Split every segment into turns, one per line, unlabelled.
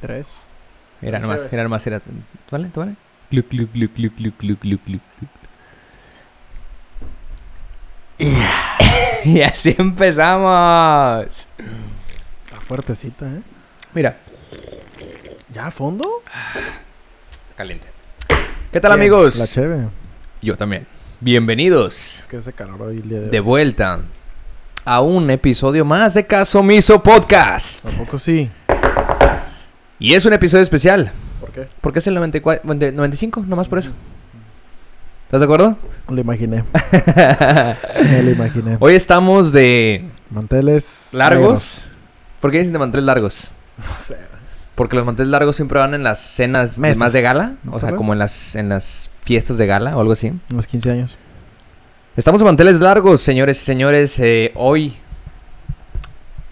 para eso.
Era
Muchas
nomás,
veces.
era nomás, era. ¿Tú vale? ¿Tú vale? Gluc, gluc, gluc, gluc, gluc, gluc, gluc, gluc, gluc. y así empezamos.
Está fuertecita, ¿eh?
Mira,
¿Ya a fondo?
caliente. ¿Qué tal,
Bien, La
amigos?
cheve.
Yo también. Bienvenidos
Es que hace calor hoy el día de hoy.
de vuelta a un episodio más de Caso Miso Podcast.
Tampoco sí.
Y es un episodio especial,
¿Por qué?
porque es el 94, 95, nomás por eso. ¿Estás de acuerdo?
Lo imaginé. Me lo imaginé.
Hoy estamos de
Manteles. negros.
largos. ¿Por qué dicen de manteles largos?
No sé.
Porque los manteles largos siempre van en las cenas de
Mesas.
más de gala, o
¿Tal
sea,
vez?
como en las en las fiestas de gala o algo así.
Unos 15 años.
Estamos en manteles largos, señores y señores. eh, hoy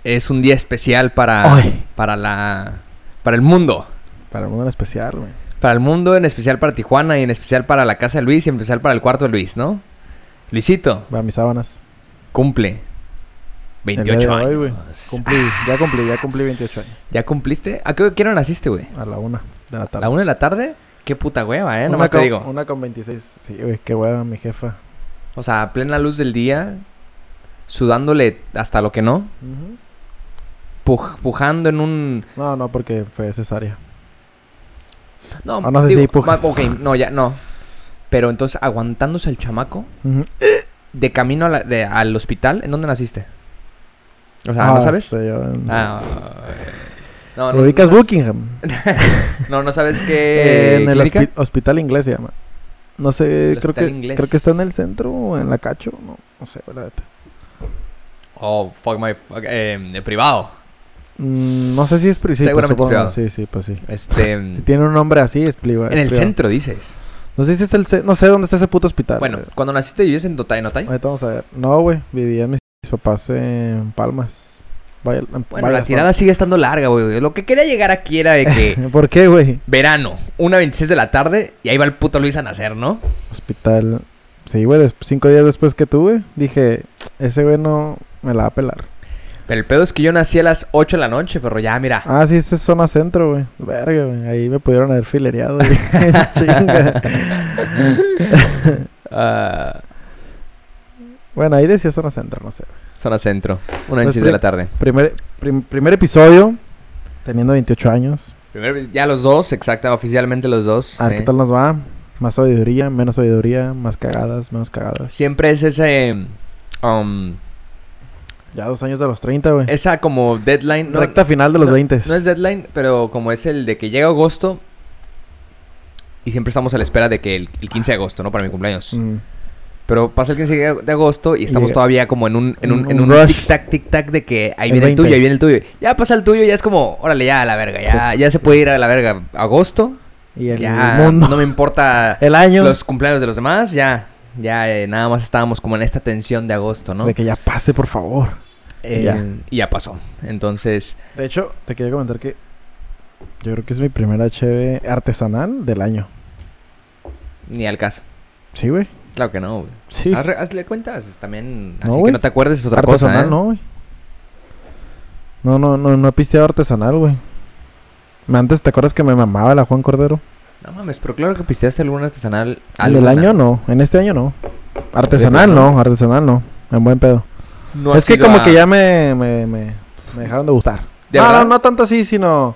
es un día especial para
Ay.
para la para el mundo,
Para un en especial, güey.
para el mundo, en especial para Tijuana y en especial para la casa de Luis y en especial para el cuarto de Luis, ¿no? Luisito
Para mis sábanas.
cumple
El día de
28
hoy, güey.
años.
Cumplí. Ya cumplí. Ya cumplí 28 años.
¿Ya cumpliste? ¿A qué, qué hora naciste, güey?
A la una de la tarde.
¿La una de la tarde? Qué puta hueva, ¿eh?
Una
Nomás te
con-
digo.
Una con 26. Sí, güey. Qué hueva, mi jefa.
O sea, a plena luz del día, sudándole hasta lo que no,
Ujú.
puj- pujando en un...
No, no, porque fue cesárea.
No,
Ah, no sé si pujas.
ma- ok, no, ya, no. Pero entonces, aguantándose el chamaco,
Ujú.
de camino a la- de- al hospital, ¿en dónde naciste? O sea,
Ah,
¿no sabes?
sí, yo-
Ah, no,
¿Lo
no,
ubicas
no,
Buckingham?
no, no sabes Eh, qué...
en el
clínica?
hospi- hospital inglés se llama. No sé,
El
creo que,
hospital inglés.
creo que está en el centro o en la cacho. No, no sé, la neta.
Oh, fuck my... fuck, eh, privado.
Mm, no sé si es pri- sí, pues,
Seguramente es
supongo,
privado.
Sí, sí, pues sí.
Este...
Si tiene un nombre así, es priva- es privado.
en el centro, dices.
No sé si es el ce- No sé dónde está ese puto hospital.
Bueno,
güey.
cuando naciste vives en Dotay, ¿no, Tay?
Ahorita vamos a ver. No, güey, vivían mis papás en Palmas. Vaya, en
Bueno,
Vallas,
la tirada sigue estando larga, güey. Lo que quería llegar aquí era de que
¿no? ¿Por qué, güey?
verano, 1.26 de la tarde, y ahí va el puto Luis a nacer, ¿no?
Hospital. Sí, güey, des- cinco días después que tuve, dije, ese güey no me la va a pelar.
Pero el pedo es que yo nací a las 8 de la noche, pero ya, mira.
Ah, sí, esa es zona centro, güey. Verga, güey. Ahí me pudieron haber filereado. güey. Ah, Chinga.
Ah,
bueno, ahí decía zona centro, no sé.
zona centro, 1.26 de la tarde.
Primer, prim- primer episodio, teniendo 28 años.
Primero, ya los dos, exacta, oficialmente los dos.
A ver
¿eh?
Ah, qué tal nos va. Más sabiduría, menos sabiduría, más cagadas, menos cagadas.
Siempre es ese. um,
Ya dos años de los 30, güey.
esa como deadline. No,
Recta final de los 20.
no es deadline, pero como es el de que llega agosto. Y siempre estamos a la espera de que el, el 15 de agosto, ¿no? Para mi cumpleaños.
Mm.
Pero pasa el 15 de- de agosto y estamos
Llega.
todavía como en un, en un,
Un-
en
un
un
rush.
tic-tac, tic-tac de que ahí
El
viene el
20.
tuyo, ahí viene el tuyo. Ya pasa el tuyo, ya es como, órale, ya a la verga, ya, ya se puede ir a la verga. Agosto,
Y el
ya
mundo.
no me importa
El año.
los cumpleaños de los demás, ya, ya eh, nada más estábamos como en esta tensión de agosto, ¿no?
De que ya pase, por favor.
Eh,
ya.
Y ya pasó. Entonces,
De hecho, te quería comentar que yo creo que es mi primera HB artesanal del año.
ni al caso.
Sí, güey.
Claro que no, güey.
Sí.
Hazle- hazle cuentas también.
No,
Así que
güey.
no te acuerdes es otra
artesanal,
cosa, ¿eh?
no, güey. No, no, no, no he pisteado artesanal, güey. Me- Antes, ¿te acuerdas que me mamaba la Juan Cordero?
No mames, pero claro que pisteaste alguna artesanal.
En el
alguna.
año no, en este año no. Artesanal
De
no, artesanal no. En buen pedo.
No
es
has
que
ido
como
a-
que ya me, me, me, me dejaron de gustar.
¿De
no,
verdad?
no, no tanto así, sino...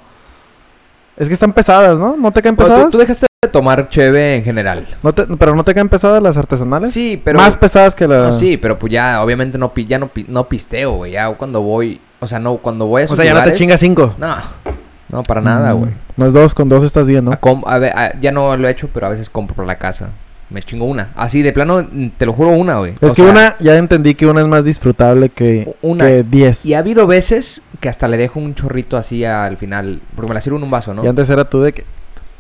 Es que están pesadas, ¿no? ¿No te caen
Bueno,
pesadas?
tú, tú dejaste de tomar cheve en general.
No te- Pero no te caen pesadas las artesanales.
Sí, pero.
Más pesadas que
No,
las...
sí, pero pues ya, obviamente no, pi- ya no, pi- no pisteo, güey. Ya cuando voy. O sea, no, cuando voy a
o
esos
sea, ya no te
lugares-
chingas cinco.
No, no, para nada,
Mm,
güey.
No es dos, con dos estás bien, ¿no?
A com- a ve- a- ya no lo he hecho, pero a veces compro para la casa. Me chingo una. Así, de plano, mm, te lo juro, una, güey.
Es
O
que
sea,
una, ya entendí que una es más disfrutable que,
Una.
que 10.
Y ha habido veces que hasta le dejo un chorrito así al final. Porque me la sirvo en un vaso, ¿no?
Y antes era tú de que.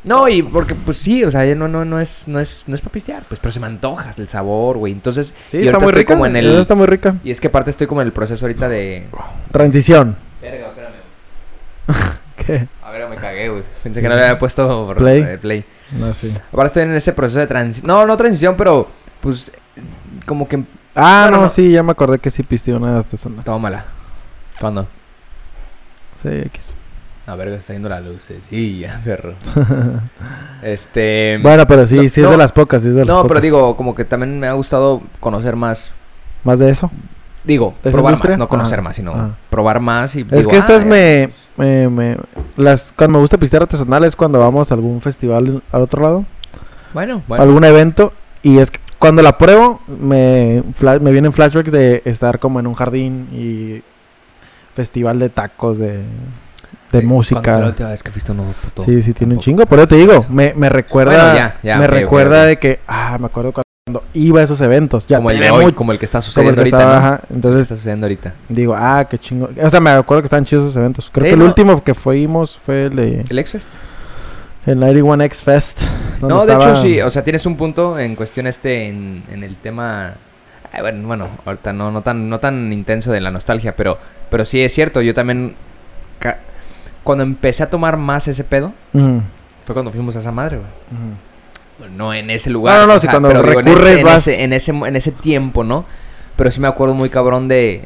No, y porque, pues sí, o sea, ya no, no, no es, no es, no es para pistear, pues, pero se me antoja el sabor, güey. Entonces,
Sí,
y
está
ahorita
muy
estoy
rica.
como en
esa
el,
Está muy rica.
Y es que aparte estoy como en el proceso ahorita de.
Transición.
Verga, espérame.
¿Qué?
A ver, me cagué, güey. Pensé que no le había puesto por-
Play.
eh, play.
No, sí.
Ahora estoy en ese proceso de transición. No, no transición, pero pues eh, como que
Ah,
Bueno,
no,
no.
sí, ya me acordé que sí piste una artesanal.
tómala. ¿Cuándo?
Sí, X.
A ver, está yendo la lucecilla, perro. este.
Bueno, pero sí,
no,
sí es
no.
de las pocas, sí es de las
no,
pocas.
pero digo, como que también me ha gustado conocer más.
¿Más de eso?
Digo,
¿Esa
probar
industria?
más, no conocer
Ah,
más, sino
ah.
probar más y. "Ah,
es que estas me, me, me- Las... Cuando me gusta pistear artesanal es cuando vamos a algún festival al otro lado.
Bueno, bueno.
algún evento y es que cuando la pruebo me, fla- me vienen flashbacks de estar como en un jardín y festival de tacos de, de
Eh, ¿cuándo fue la
música.
última vez que fuiste a un nuevo puto?
Sí, sí, tiene un
Tampoco.
chingo. Por eso te digo, me, me recuerda,
Bueno, ya, ya,
me
ok, ok,
recuerda
ok.
de que, ah, me acuerdo cuando iba a esos eventos. Ya
como el de
tenía
hoy,
mucho-
como el que está
como el
sucediendo
que
ahorita,
estaba,
¿no?
ajá.
Que
Entonces
está sucediendo ahorita.
digo, ah, qué chingo. O sea, me acuerdo que estaban chidos esos eventos. Creo
Sí,
que
no.
el último que fuimos fue el de
¿El Exfest?
el 91 X Fest. donde
No, de
estaba-
hecho sí, o sea, tienes un punto en cuestión este, en, en el tema... Ay, bueno, bueno, ahorita no, no, tan, no tan intenso de la nostalgia, pero, pero sí es cierto, yo también... ca- Cuando empecé a tomar más ese pedo,
Ujú,
fue cuando fuimos a esa madre, güey.
ujú.
Bueno, No en ese lugar.
No, no, no, sí, cuando
digo, en
recurres,
este- en,
vas-
ese, en, ese, en ese tiempo, ¿no? Pero sí me acuerdo muy cabrón de...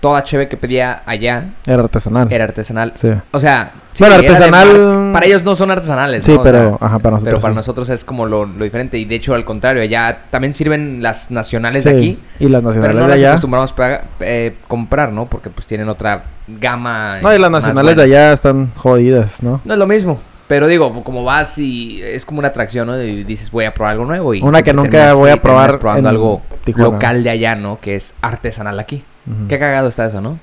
Toda cheve que pedía allá
Era artesanal.
era artesanal.
Sí.
O sea... sí,
Bueno,
era de
artesanal-
mar- Para ellos no son artesanales,
Sí,
¿no? O sea,
pero, ajá, para nosotros.
pero para
sí.
nosotros es como lo, lo diferente. Y de hecho, al contrario, allá también sirven las nacionales de
Sí,
aquí.
Y las
Pero
nacionales
no
de
las
allá.
acostumbramos a eh, comprar, ¿no? Porque pues tienen otra gama.
No, y las
más
nacionales de
buena.
allá están jodidas, ¿no?
No es lo mismo. Pero digo, como vas y es como una atracción, ¿no? Y dices, voy a probar algo nuevo. Y
Una que
siempre
nunca
terminas-
voy a
sí, terminas
probar
probando
en
algo
Tijuana. Mm.
local de allá, ¿no? Que es artesanal aquí.
Ujú.
Qué cagado está eso, ¿no?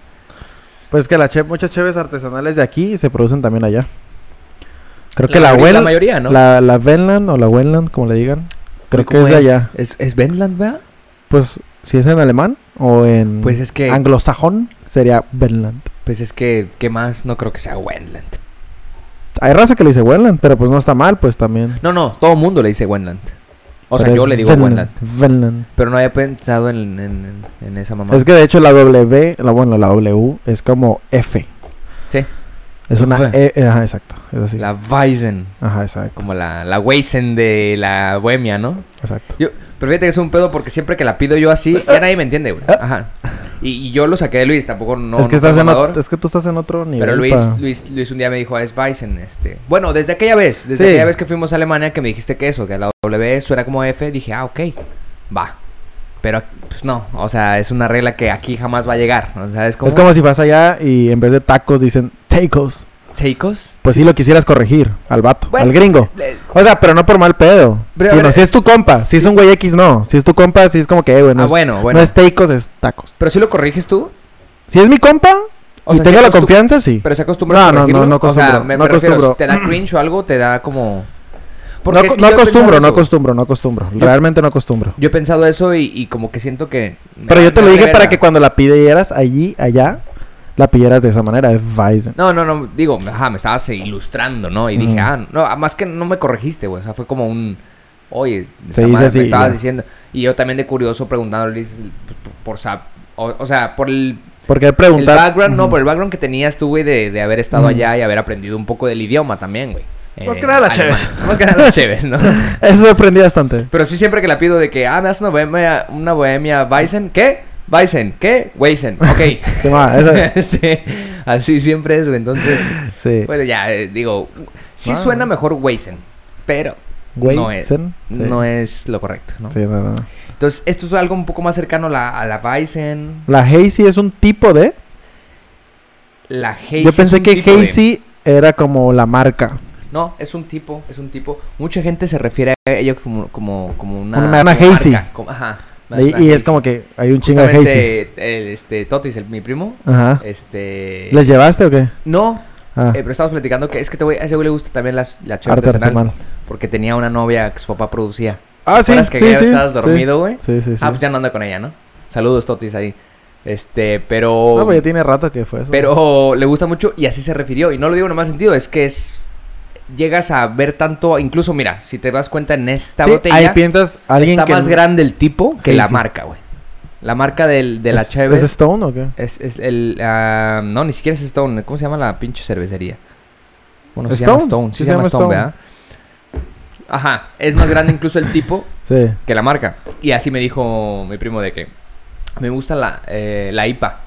Pues que la che- muchas cheves artesanales de aquí se producen también allá. Creo que la
mayoría-
Wen-
La mayoría, ¿no?
la, la Venland o la Wenland, como le digan. Creo que
¿Cómo
es de allá.
¿Es, es Wendland, verdad?
Pues si es en alemán o en
Pues es que...
anglosajón, sería Venland.
Pues es que... ¿Qué más? No creo que sea Wendland.
Hay raza que le dice Wenland, pero pues no está mal, pues también.
No, no, todo el mundo le dice Wendland. O sea,
Pero
yo
es
le digo Wendland.
Venland.
Pero no había pensado en, en- en- en esa mamá.
Es que de hecho la W, la, bueno, la W es como F.
Sí.
Es una
F.
E, eh, ajá, exacto. Es así.
La Weizen.
Ajá, exacto,
Como la, la Weizen de la Bohemia, ¿no?
exacto.
Pero fíjate que es un pedo porque siempre que la pido yo así, ya nadie me entiende, güey. Ajá. Y, y yo lo saqué de Luis, tampoco no.
es, que
no fue
estás en
mamador,
ot- es que tú estás en otro nivel.
Pero Luis,
pa.
Luis, Luis un día me dijo, "Ah, es Weizen, este. Bueno, desde aquella vez, desde
Sí.
aquella vez que fuimos a Alemania que me dijiste que eso, que la W suena como F, dije, ah, ok, va. Pero, pues no, o sea, es una regla que aquí jamás va a llegar. O sea, es como.
Es como si vas allá y en vez de tacos dicen tacos.
¿Chicos?
Pues sí lo quisieras corregir al vato,
Bueno, eh,
al gringo.
le-
O sea, pero no por mal pedo.
Pero, a
sino
ver,
si es tu compa, si
sí,
es un
sí.
güey X, no. Si es tu compa, si es como que, eh, güey, no,
Ah,
es-
bueno, bueno.
no es tacos, es tacos.
Pero si lo corriges tú.
Si es mi compa
O
y
sea,
tengo
si
la
acostum-
confianza, sí.
Pero se acostumbra
No,
a
no, no,
corregirlo.
no
O sea,
acostumbro,
me,
no
me refiero,
acostumbro.
si te da cringe o algo, te da como. es
no
que
no
yo he
acostumbro,
pensado
no
eso.
acostumbro, no acostumbro.
Yo-
Realmente no acostumbro.
Yo he pensado eso y, y como que siento que. me
Pero
da-
yo te
me
lo
da
dije para
verga.
que cuando la pidieras allí, allá, la pidieras de esa manera, es Weizen.
No, no, no, digo, ajá, me estabas eh, ilustrando, ¿no? Y dije,
Mm.
ah, no, más que no me corregiste, güey. O sea, fue como un. Oye,
Se
esta
dice
madre
así,
me estabas
ya.
diciendo. Y yo también de curioso preguntándole pues, por, por sab- O, o sea, por el
Porque
El
preguntar.
background, no,
Ujú.
por el background que tenías tú, güey, de, de haber estado
Ujú.
allá y haber aprendido un poco del idioma también, güey. Eh,
Más que nada las
alemán.
cheves.
Más que nada las cheves, ¿no?
Eso sorprendí bastante.
Pero sí siempre que la pido de que, ah, me das una bohemia, una bohemia Weizen, ¿qué? Weizen, ¿qué? Weizen, ok.
Sí, ma, esa-
Sí, así siempre es, güey. Entonces,
sí.
bueno, ya, eh, digo, sí
Ah.
suena mejor Weizen, pero no es-
Weizen, sí.
no es lo correcto, ¿no?
Sí, no, no.
Entonces, esto es algo un poco más cercano a la, a la Weizen,
La hazy es un tipo de.
la Hazy.
Yo
es
pensé
un
que
tipo de-
hazy era como la marca.
No, es un tipo, es un tipo. Mucha gente se refiere a ello como, como, como una,
Una- una
como
hazy.
marca, como- ajá. una-
Y,
una
y es
hazy.
como que hay un chingo de hazy.
Justamente, el, este, Totis, el- mi primo,
Ajá.
este...
Ah. ¿Les llevaste o qué?
No,
Ah,
eh, pero estábamos platicando que es que te voy, a ese güey le gusta también las, la cheve
arte
artesanal,
artesanal.
Porque tenía una novia que su papá producía.
Ah, sí.
¿Recuerdas
sí,
que
sí,
ya estabas
sí.
dormido, güey?
Sí, sí, sí.
Ah,
Ah,
pues ya no anda con ella, ¿no? Saludos, Totis, ahí. Este, pero...
pues ya tiene rato que fue eso.
Pero le gusta mucho y así se refirió. Y no lo digo en el mal sentido, es que es. Llegas a ver tanto, incluso mira, si te das cuenta en esta
Sí, ahí
botella,
piensas alguien
está
que.
más grande el tipo que
Sí,
la
sí.
marca, güey. La marca del, de la
¿Es-
Cheve.
¿Es Stone o qué?
Es, es el. ah, no, ni siquiera es Stone. ¿Cómo se llama la pinche cervecería? Bueno, se llama
Stone,
Stone. Sí, se, llama Stone, ¿verdad? Ajá. Es más grande incluso el tipo
Sí.
que la marca. Y así me dijo mi primo de que. Me gusta la, eh, la IPA.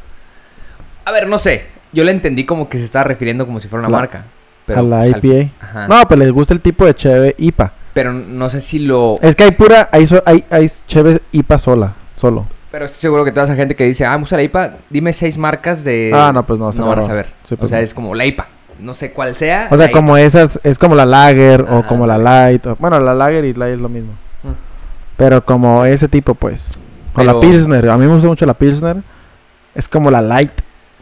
A ver, no sé. Yo la entendí como que se estaba refiriendo como si fuera una
La-
marca. Pero,
a la
pues, al-
IPA.
Ajá.
No, pues les gusta el tipo de cheve IPA.
Pero no sé si lo...
Es que hay pura, hay, so- hay, hay cheve IPA sola, solo.
Pero estoy seguro que toda esa gente que dice, ah, me gusta la IPA, dime seis marcas de...
ah, no, pues no, se
No
la
van a
roba.
saber.
Sí,
O
pues
sea,
no.
es como la IPA. No sé cuál sea.
O sea,
la
como esas, es como la lager o
Ajá,
como la light. o- bueno, la lager y light es lo mismo.
Mm.
Pero como ese tipo, pues. O la
Pero-
Pilsner. A mí me gusta mucho la Pilsner. Es como la light,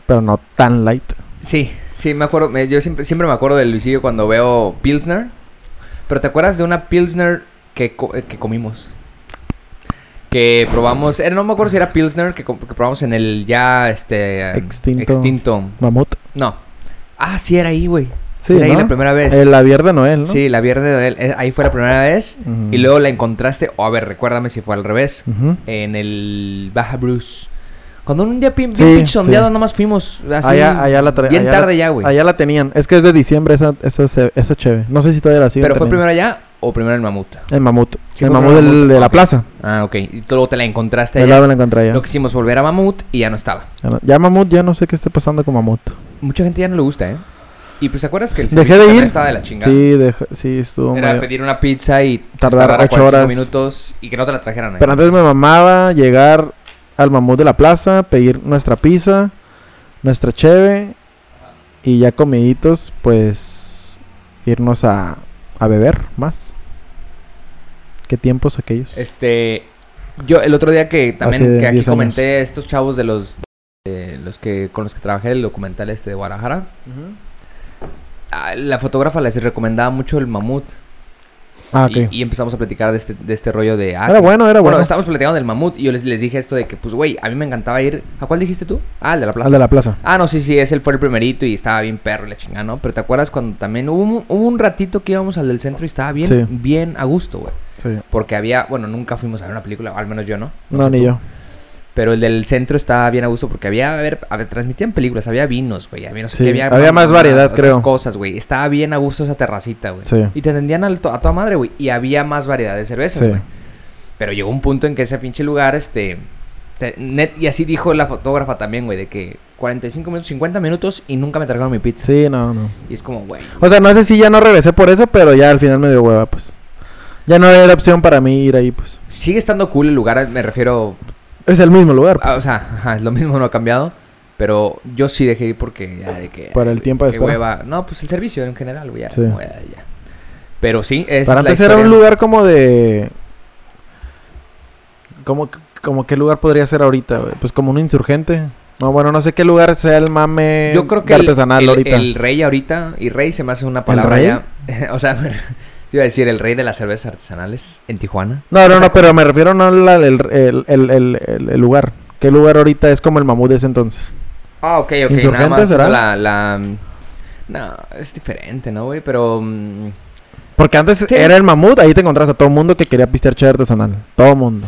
pero no tan light.
Sí, sí, me acuerdo. me- yo siempre, siempre me acuerdo de Luisillo cuando veo Pilsner. Pero ¿te acuerdas de una Pilsner que, co- eh, que comimos? Que probamos. eh, no me acuerdo si era Pilsner que, co- que probamos en el ya este. eh,
Extinto.
extinto.
Mamut.
No. Ah, sí, era ahí, güey.
Sí,
era ahí
¿no?
la primera vez.
Eh, la bier de Noel, ¿no?
Sí, la viernes de él. eh, Ahí fue la primera vez.
Ujú.
Y luego la encontraste. o a ver, recuérdame si fue al revés.
Ujú.
En el Baja Bruce. Cuando un día bien,
Sí,
bien pinche
sí.
sondeado, nomás fuimos. Así,
allá, allá la tra-
bien
allá la-
tarde ya, güey.
Allá la tenían. Es que es de diciembre esa, esa, se- esa cheve. No sé si todavía la siguen
¿Pero fue
teniendo.
primero allá o primero en Mamut?
En Mamut.
Sí,
en
fue
Mamut
primero
del-
Mamut.
de la
Ok.
plaza.
Ah, ok. Y tú luego te la encontraste
De
allá.
lado la encontré allá.
Lo quisimos volver a Mamut y ya no estaba.
Ya no- Ya Mamut, ya no sé qué esté pasando con Mamut.
Mucha gente ya no le gusta, ¿eh? Y pues, ¿te acuerdas que el
Dejé de
servicio también
ir.
estaba de la chingada?
Sí, deja- sí, estuvo
Era
medio-
pedir una pizza y pues,
Tardar
tardar
ocho
45
horas.
minutos y que no te la trajeran. ¿eh? ahí.
Pero antes me mamaba llegar al mamut de la plaza, pedir nuestra pizza, nuestra cheve y ya comiditos, pues irnos a, a beber más. ¿Qué tiempos aquellos?
Este, yo el otro día que
Hace
también que aquí
10 años.
comenté estos chavos de los de los que con los que trabajé el documental este de Guadalajara, a la fotógrafa les recomendaba mucho el mamut
Ah, ok.
y, y empezamos a platicar de este, de este rollo de ah,
era bueno, era bueno.
Bueno, estábamos platicando del mamut y yo les, les dije esto de que, pues, güey, a mí me encantaba ir. ¿A cuál dijiste tú? Ah, al de la plaza.
Al de la plaza.
Ah, no, sí, sí, ese fue el primerito y estaba bien perro y la chingada, ¿no? Pero ¿te acuerdas cuando también hubo un, hubo un ratito que íbamos al del centro y estaba bien,
Sí.
bien a gusto, güey?
Sí.
Porque había, bueno, nunca fuimos a ver una película, al menos yo no.
No,
sé
ni
tú.
yo.
Pero el del centro estaba bien a gusto porque había, a ver, a ver, transmitían películas, había vinos, güey, había, no sé
Sí,
qué, había,
había más variedad,
otras
creo.
cosas, güey. Estaba bien a gusto esa terracita, güey.
Sí.
Y te atendían al to- a toda madre, güey. Y había más variedad de cervezas,
Sí.
güey. Pero llegó un punto en que ese pinche lugar, este... te- net- y así dijo la fotógrafa también, güey, de que 45 minutos, 50 minutos y nunca me trajeron mi pizza.
Sí, no, no.
Y es como, güey.
O sea, no sé si ya no regresé por eso, pero ya al final me dio hueva, pues. Ya no era opción para mí ir ahí, pues.
Sigue estando cool el lugar, me refiero...
Es el mismo lugar,
ah,
pues.
o sea, ajá, es lo mismo, no ha cambiado. Pero yo sí dejé ir porque ya de que...
Por el tiempo de
qué
espera.
hueva. No, pues el servicio en general, güey. Ya,
Sí.
como ya- ya. Pero sí, esa es
Para
la
antes era
historia.
un lugar como de. Como, como qué lugar podría ser ahorita, güey. Pues como un insurgente. No, bueno, no sé qué lugar sea el mame
Yo creo que
de
el,
artesanal
el-
ahorita.
el rey ahorita, y rey se me hace una palabra
rey?
ya. o sea, te iba a decir el rey de las cervezas artesanales en Tijuana.
No, no,
o sea,
no, pero me refiero no al el, el- el- el- el- el lugar. ¿Qué lugar ahorita es como el mamut de ese entonces?
Ah, ok, ok. Nada
¿Insurgente
más
será?
la, la- No, es diferente, ¿no, güey? Pero. mm,
Porque antes
Sí.
era el mamut, ahí te encontrabas a todo mundo que quería pistear chévere artesanal. Todo mundo.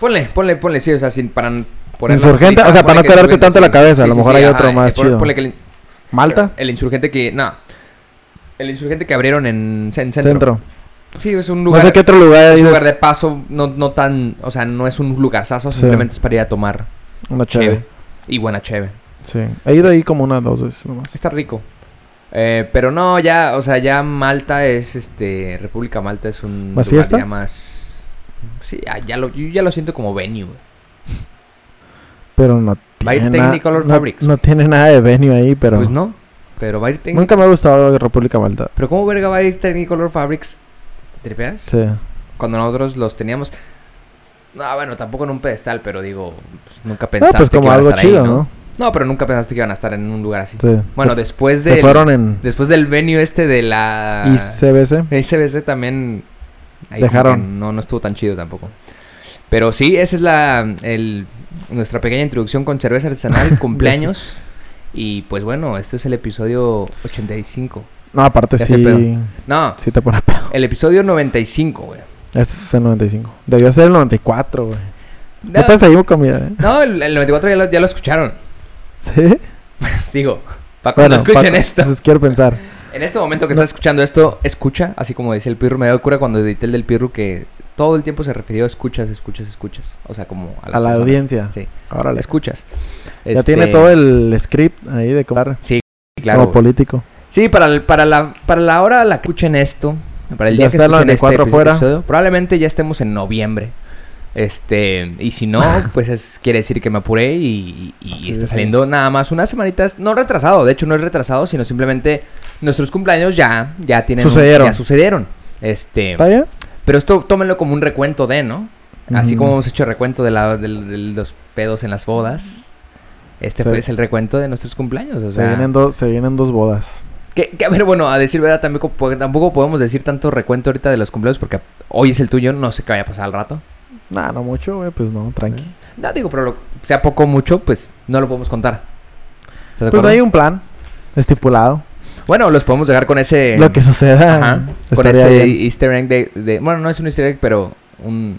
ponle, ponle, ponle, sí, o sea, sin, para. n- ponerlo
Insurgente,
facilita,
o sea, para
ponle
no
que
quebrarte
insurgente,
tanto la
sí.
cabeza, a
Sí,
lo
sí,
mejor
sí,
hay
ajá,
otro más
eh, pon-
chido.
Ponle que el,
Malta,
el insurgente que. No. El insurgente que abrieron en, cen- centro.
centro.
Sí, es un
no
lugar.
sé qué otro lugar
Es
hay.
un lugar de paso, no, no tan, o sea, no es un lugarzazo,
Sí.
simplemente es para ir a tomar
Una
cheve.
chévere.
Y buena cheve.
Sí. He ido ahí como una, dos veces nomás.
Está rico. Eh, pero no, ya, o sea, ya Malta es, este, República Malta es un
¿Más
lugar
fiesta?
ya más... Sí, ah, ya lo, yo ya lo siento como venue. güey.
Pero no
Va a ir
tiene na-
Technicolor
no-
Fabrics.
No tiene nada de venue ahí, pero.
Pues no, pero va a ir Technicolor.
Nunca me ha gustado República Malta.
Pero ¿cómo verga va a ir Technicolor Fabrics? ¿Te tripeas?
Sí.
Cuando nosotros los teníamos... No, bueno, tampoco en un pedestal, pero digo, pues, nunca pensaste
no, pues
que
como
iban a
algo
estar ahí,
chido,
¿no?
¿no?
No, pero nunca pensaste que iban a estar en un lugar así.
Sí.
Bueno,
se,
después
se
del,
fueron en
después del venue este de la
ICBC.
ICBC también ahí como
Dejaron.
que No, no estuvo tan chido tampoco. Pero sí, esa es la el- nuestra pequeña introducción con cerveza artesanal, cumpleaños. Y pues bueno, este es el episodio 85.
No, aparte
Ya
sí.
sé, pedo. No,
Sí te pone pedo.
el episodio 95, güey.
Este es el 95. Debió ser el 94, güey.
No,
No, te seguimos comida, ¿eh?
no, el, el 94 ya lo, ya lo escucharon.
Sí.
Digo, para cuando escuchen
pa-
esto.
entonces quiero pensar.
En este momento que
No.
estás escuchando esto, escucha, así como decía el Pirru, me dio cura cuando edité el del Pirru que todo el tiempo se refirió a escuchas, escuchas, escuchas. O sea, como a, las
A la
personas.
audiencia.
Sí,
Órale.
escuchas.
Ya
Este,
tiene todo el script ahí de cómo hablar
Sí,
como
claro.
político.
Sí, para, el- para, la, para la hora a la que escuchen esto, para el
Ya
día que
está el
escuchen este
94
epi-
fuera.
episodio, probablemente ya estemos en noviembre. Este, y si no, pues es- quiere decir que me apuré y, y- y
Sí,
está
sí.
saliendo nada más unas semanitas, no retrasado, de hecho no es retrasado, sino simplemente nuestros cumpleaños ya, ya tienen un-
Sucedieron.
ya sucedieron. Este,
¿Está bien?
pero esto tómenlo como un recuento de, ¿no? Así
Ujú.
como hemos hecho recuento de, la, del- del- los pedos en las bodas. Este
Sí.
fue- es el recuento de nuestros cumpleaños. O sea,
se, vienen dos, se vienen dos bodas.
que, que, a ver, bueno, a decir verdad, tampoco, po- tampoco podemos decir tanto recuento ahorita de los cumpleaños porque hoy es el tuyo, no sé qué vaya a pasar al rato.
Nah, no mucho, güey, pues no, tranqui.
No, digo, pero lo- sea poco o mucho, pues no lo podemos contar. ¿Estás de
Pues
acuerdo?
hay un plan estipulado.
Bueno, los podemos dejar con ese.
Lo que suceda
ajá, con
estaría
ese
bien.
easter egg de, de- Bueno, no es un easter egg, pero un.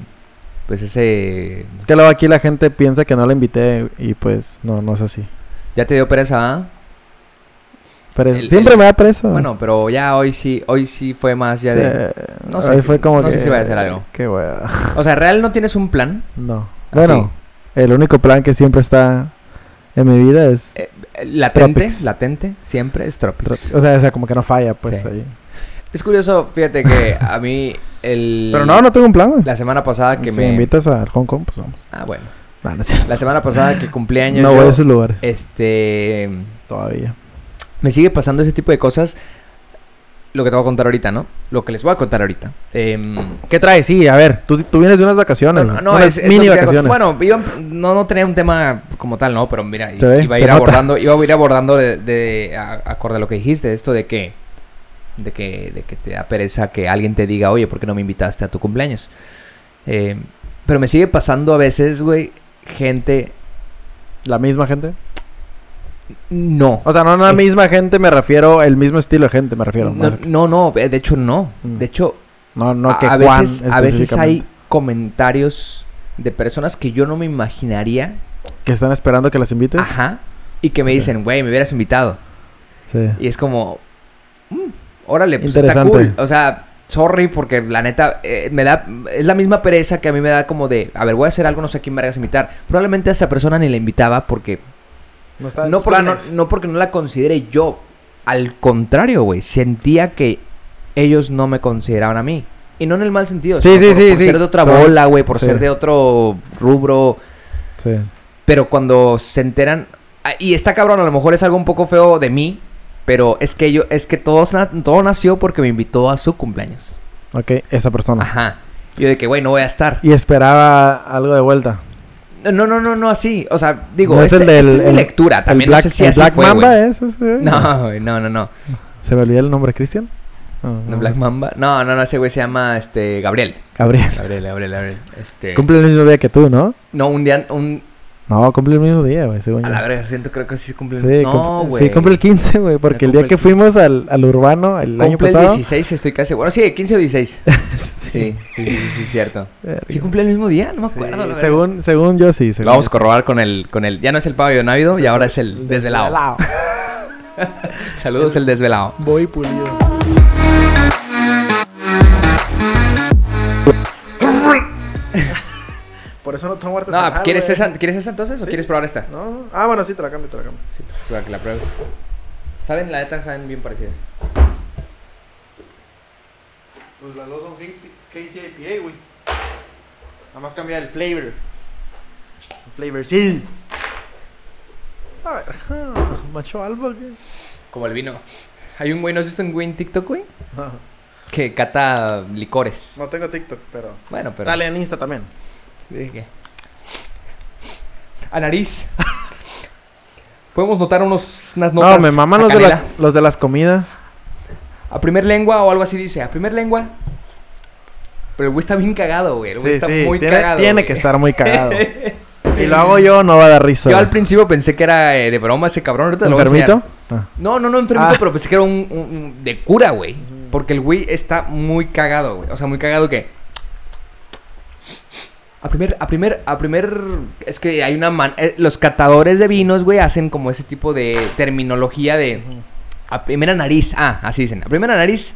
Pues ese.
Es que luego aquí la gente piensa que no la invité y pues no, no es así.
Ya te dio pereza, ¿ah?
Pero
El-
siempre
el-
me da presa.
Bueno, pero ya hoy sí, hoy sí fue más ya
Sí,
de. no sé,
ahí fue como
no
que,
sé si vaya a hacer algo. ¿Ah,
Qué hueva.
O sea, real no tienes un plan.
No. Bueno, el único plan que siempre está en mi vida es...
Eh, Latente,
Tropics.
latente, siempre es Tropics.
O sea, o sea, como que no falla, pues
Sí.
ahí.
Es curioso, fíjate que a mí el...
Pero no, no tengo un plan, güey.
La semana pasada que
si
me...
me invitas a Hong Kong, pues vamos.
Ah, bueno.
Nah, no es cierto.
La semana pasada que cumpleaños
No
yo,
voy a esos lugares
este...
todavía.
Me sigue pasando ese tipo de cosas. Lo que te voy a contar ahorita, ¿no? Lo que les voy a contar ahorita. Em,
¿Qué traes? Sí, a ver, tú, tú vienes de unas
no,
vacaciones.
no,
güey.
no,
unas
es, es lo
mini
que te hago-
vacaciones.
Bueno, iba- no, no tenía un tema como tal, ¿no? Pero mira,
Se ve,
iba a
se
ir
nota.
abordando, iba a ir abordando de, de- a- acorde a lo que dijiste, esto de que, de que, de que te da pereza que alguien te diga, oye, ¿por qué no me invitaste a tu cumpleaños? Eh, pero me sigue pasando a veces, güey, gente,
La misma gente.
no.
O sea, no la
Eh.
misma gente, me refiero, el mismo estilo de gente, me refiero.
No,
más-
no, no, eh, de hecho no.
Mm.
De hecho,
No, no,
a-
que
a,
Juan
veces, a veces hay
específicamente.
comentarios de personas que yo no me imaginaría.
Que están esperando que las invites.
Ajá. Y que me
Ok.
dicen, güey, me hubieras invitado.
Sí.
Y es como, "Mm, órale, pues está cool.
Interesante.
O sea, sorry, porque la neta, eh, me da, es la misma pereza que a mí me da como de, a ver, voy a hacer algo, no sé a quién me hagas invitar. Probablemente a esa persona ni la invitaba porque,
está en
no
sus
porque no,
planes.
no porque no la considere yo. Al contrario, güey, sentía que ellos no me consideraban a mí. Y no en el mal sentido.
Sí,
sino
sí,
por,
sí,
por
sí.
ser de otra
Son-
bola, güey, por
sí.
ser de otro rubro.
Sí.
Pero cuando se enteran. ah, Y está cabrón, a lo mejor es algo un poco feo de mí. Pero es que yo, es que todo, todo nació porque me invitó a su cumpleaños.
Ok, esa persona.
Ajá. Yo de que, güey, no voy a estar.
Ah. Y esperaba algo de vuelta.
No, no, no, no, así. O sea, digo,
No es
este-
el del-
esta es mi
el-
lectura. También
el Black,
no sé si
el
así
Black
fue,
Mamba eh. Ah.
güey.
es ese, güey?
No, güey, no, no, no.
¿Se me olvidó el nombre, Cristian? No,
No, Black Mamba. No, no, no, ese güey se llama este Gabriel.
Gabriel.
Gabriel, Gabriel, Gabriel. Este.
Cumple el mismo día que tú, ¿no?
No, un día, un.
No, cumple el mismo día, güey, según
A
yo.
la verga, siento, creo que sí cumple.
Sí,
no,
cumple,
güey.
sí, cumple el 15, güey, porque el
cumple
día
el
que
15.
fuimos al, al urbano el año
Cumple el
pasado.
16, estoy casi seguro. Sí, 15 o 16. sí, sí, sí, sí, sí, cierto.
Verga.
¿Sí cumple el mismo día? No me
Sí,
acuerdo. la verdad.
según, según yo sí.
Lo
según
vamos
yo
a
sí.
corroborar con el, con el... Ya no es el pavo navido y ahora es el desvelado.
Desvelado.
Saludos el desvelado.
Voy pulido. Por eso no tomo
No, ¿quieres esa, ¿quieres esa entonces o quieres probar esta?
No, ah, bueno, sí, te la cambio, te la cambio.
Sí, pues para que la pruebes. Saben, la neta, saben bien parecidas.
Pues las dos son Casey IPA, güey. Nada más cambia el flavor. flavor, sí. Macho alfa, ¿qué?
Como el vino. Hay un güey, ¿no has visto un güey en TikTok, güey? Que cata licores.
No tengo TikTok, pero...
Bueno, pero...
Sale en Insta también.
¿Qué? A nariz. Podemos notar unos, unas
No,
notas.
me maman
a
los de,
canela.
las, los de las comidas.
A primer lengua o algo así dice. A primer lengua. Pero el güey está bien cagado, güey. El güey está muy
tiene,
cagado.
tiene
güey.
que estar muy cagado. si lo hago yo, no va a dar risa.
Yo al
güey.
principio pensé que era eh, de broma ese cabrón. Ahorita te lo voy a
¿Enfermito?
enseñar.
Ah.
No, no, no enfermito,
Ah.
pero pensé que era un, un- un- de cura, güey. Porque el güey está muy cagado, güey. O sea, muy cagado que. A primer, a primer, a primer. Es que hay una man. eh, los catadores de vinos, güey, hacen como ese tipo de terminología de. A primera nariz. Ah, así dicen. A primera nariz.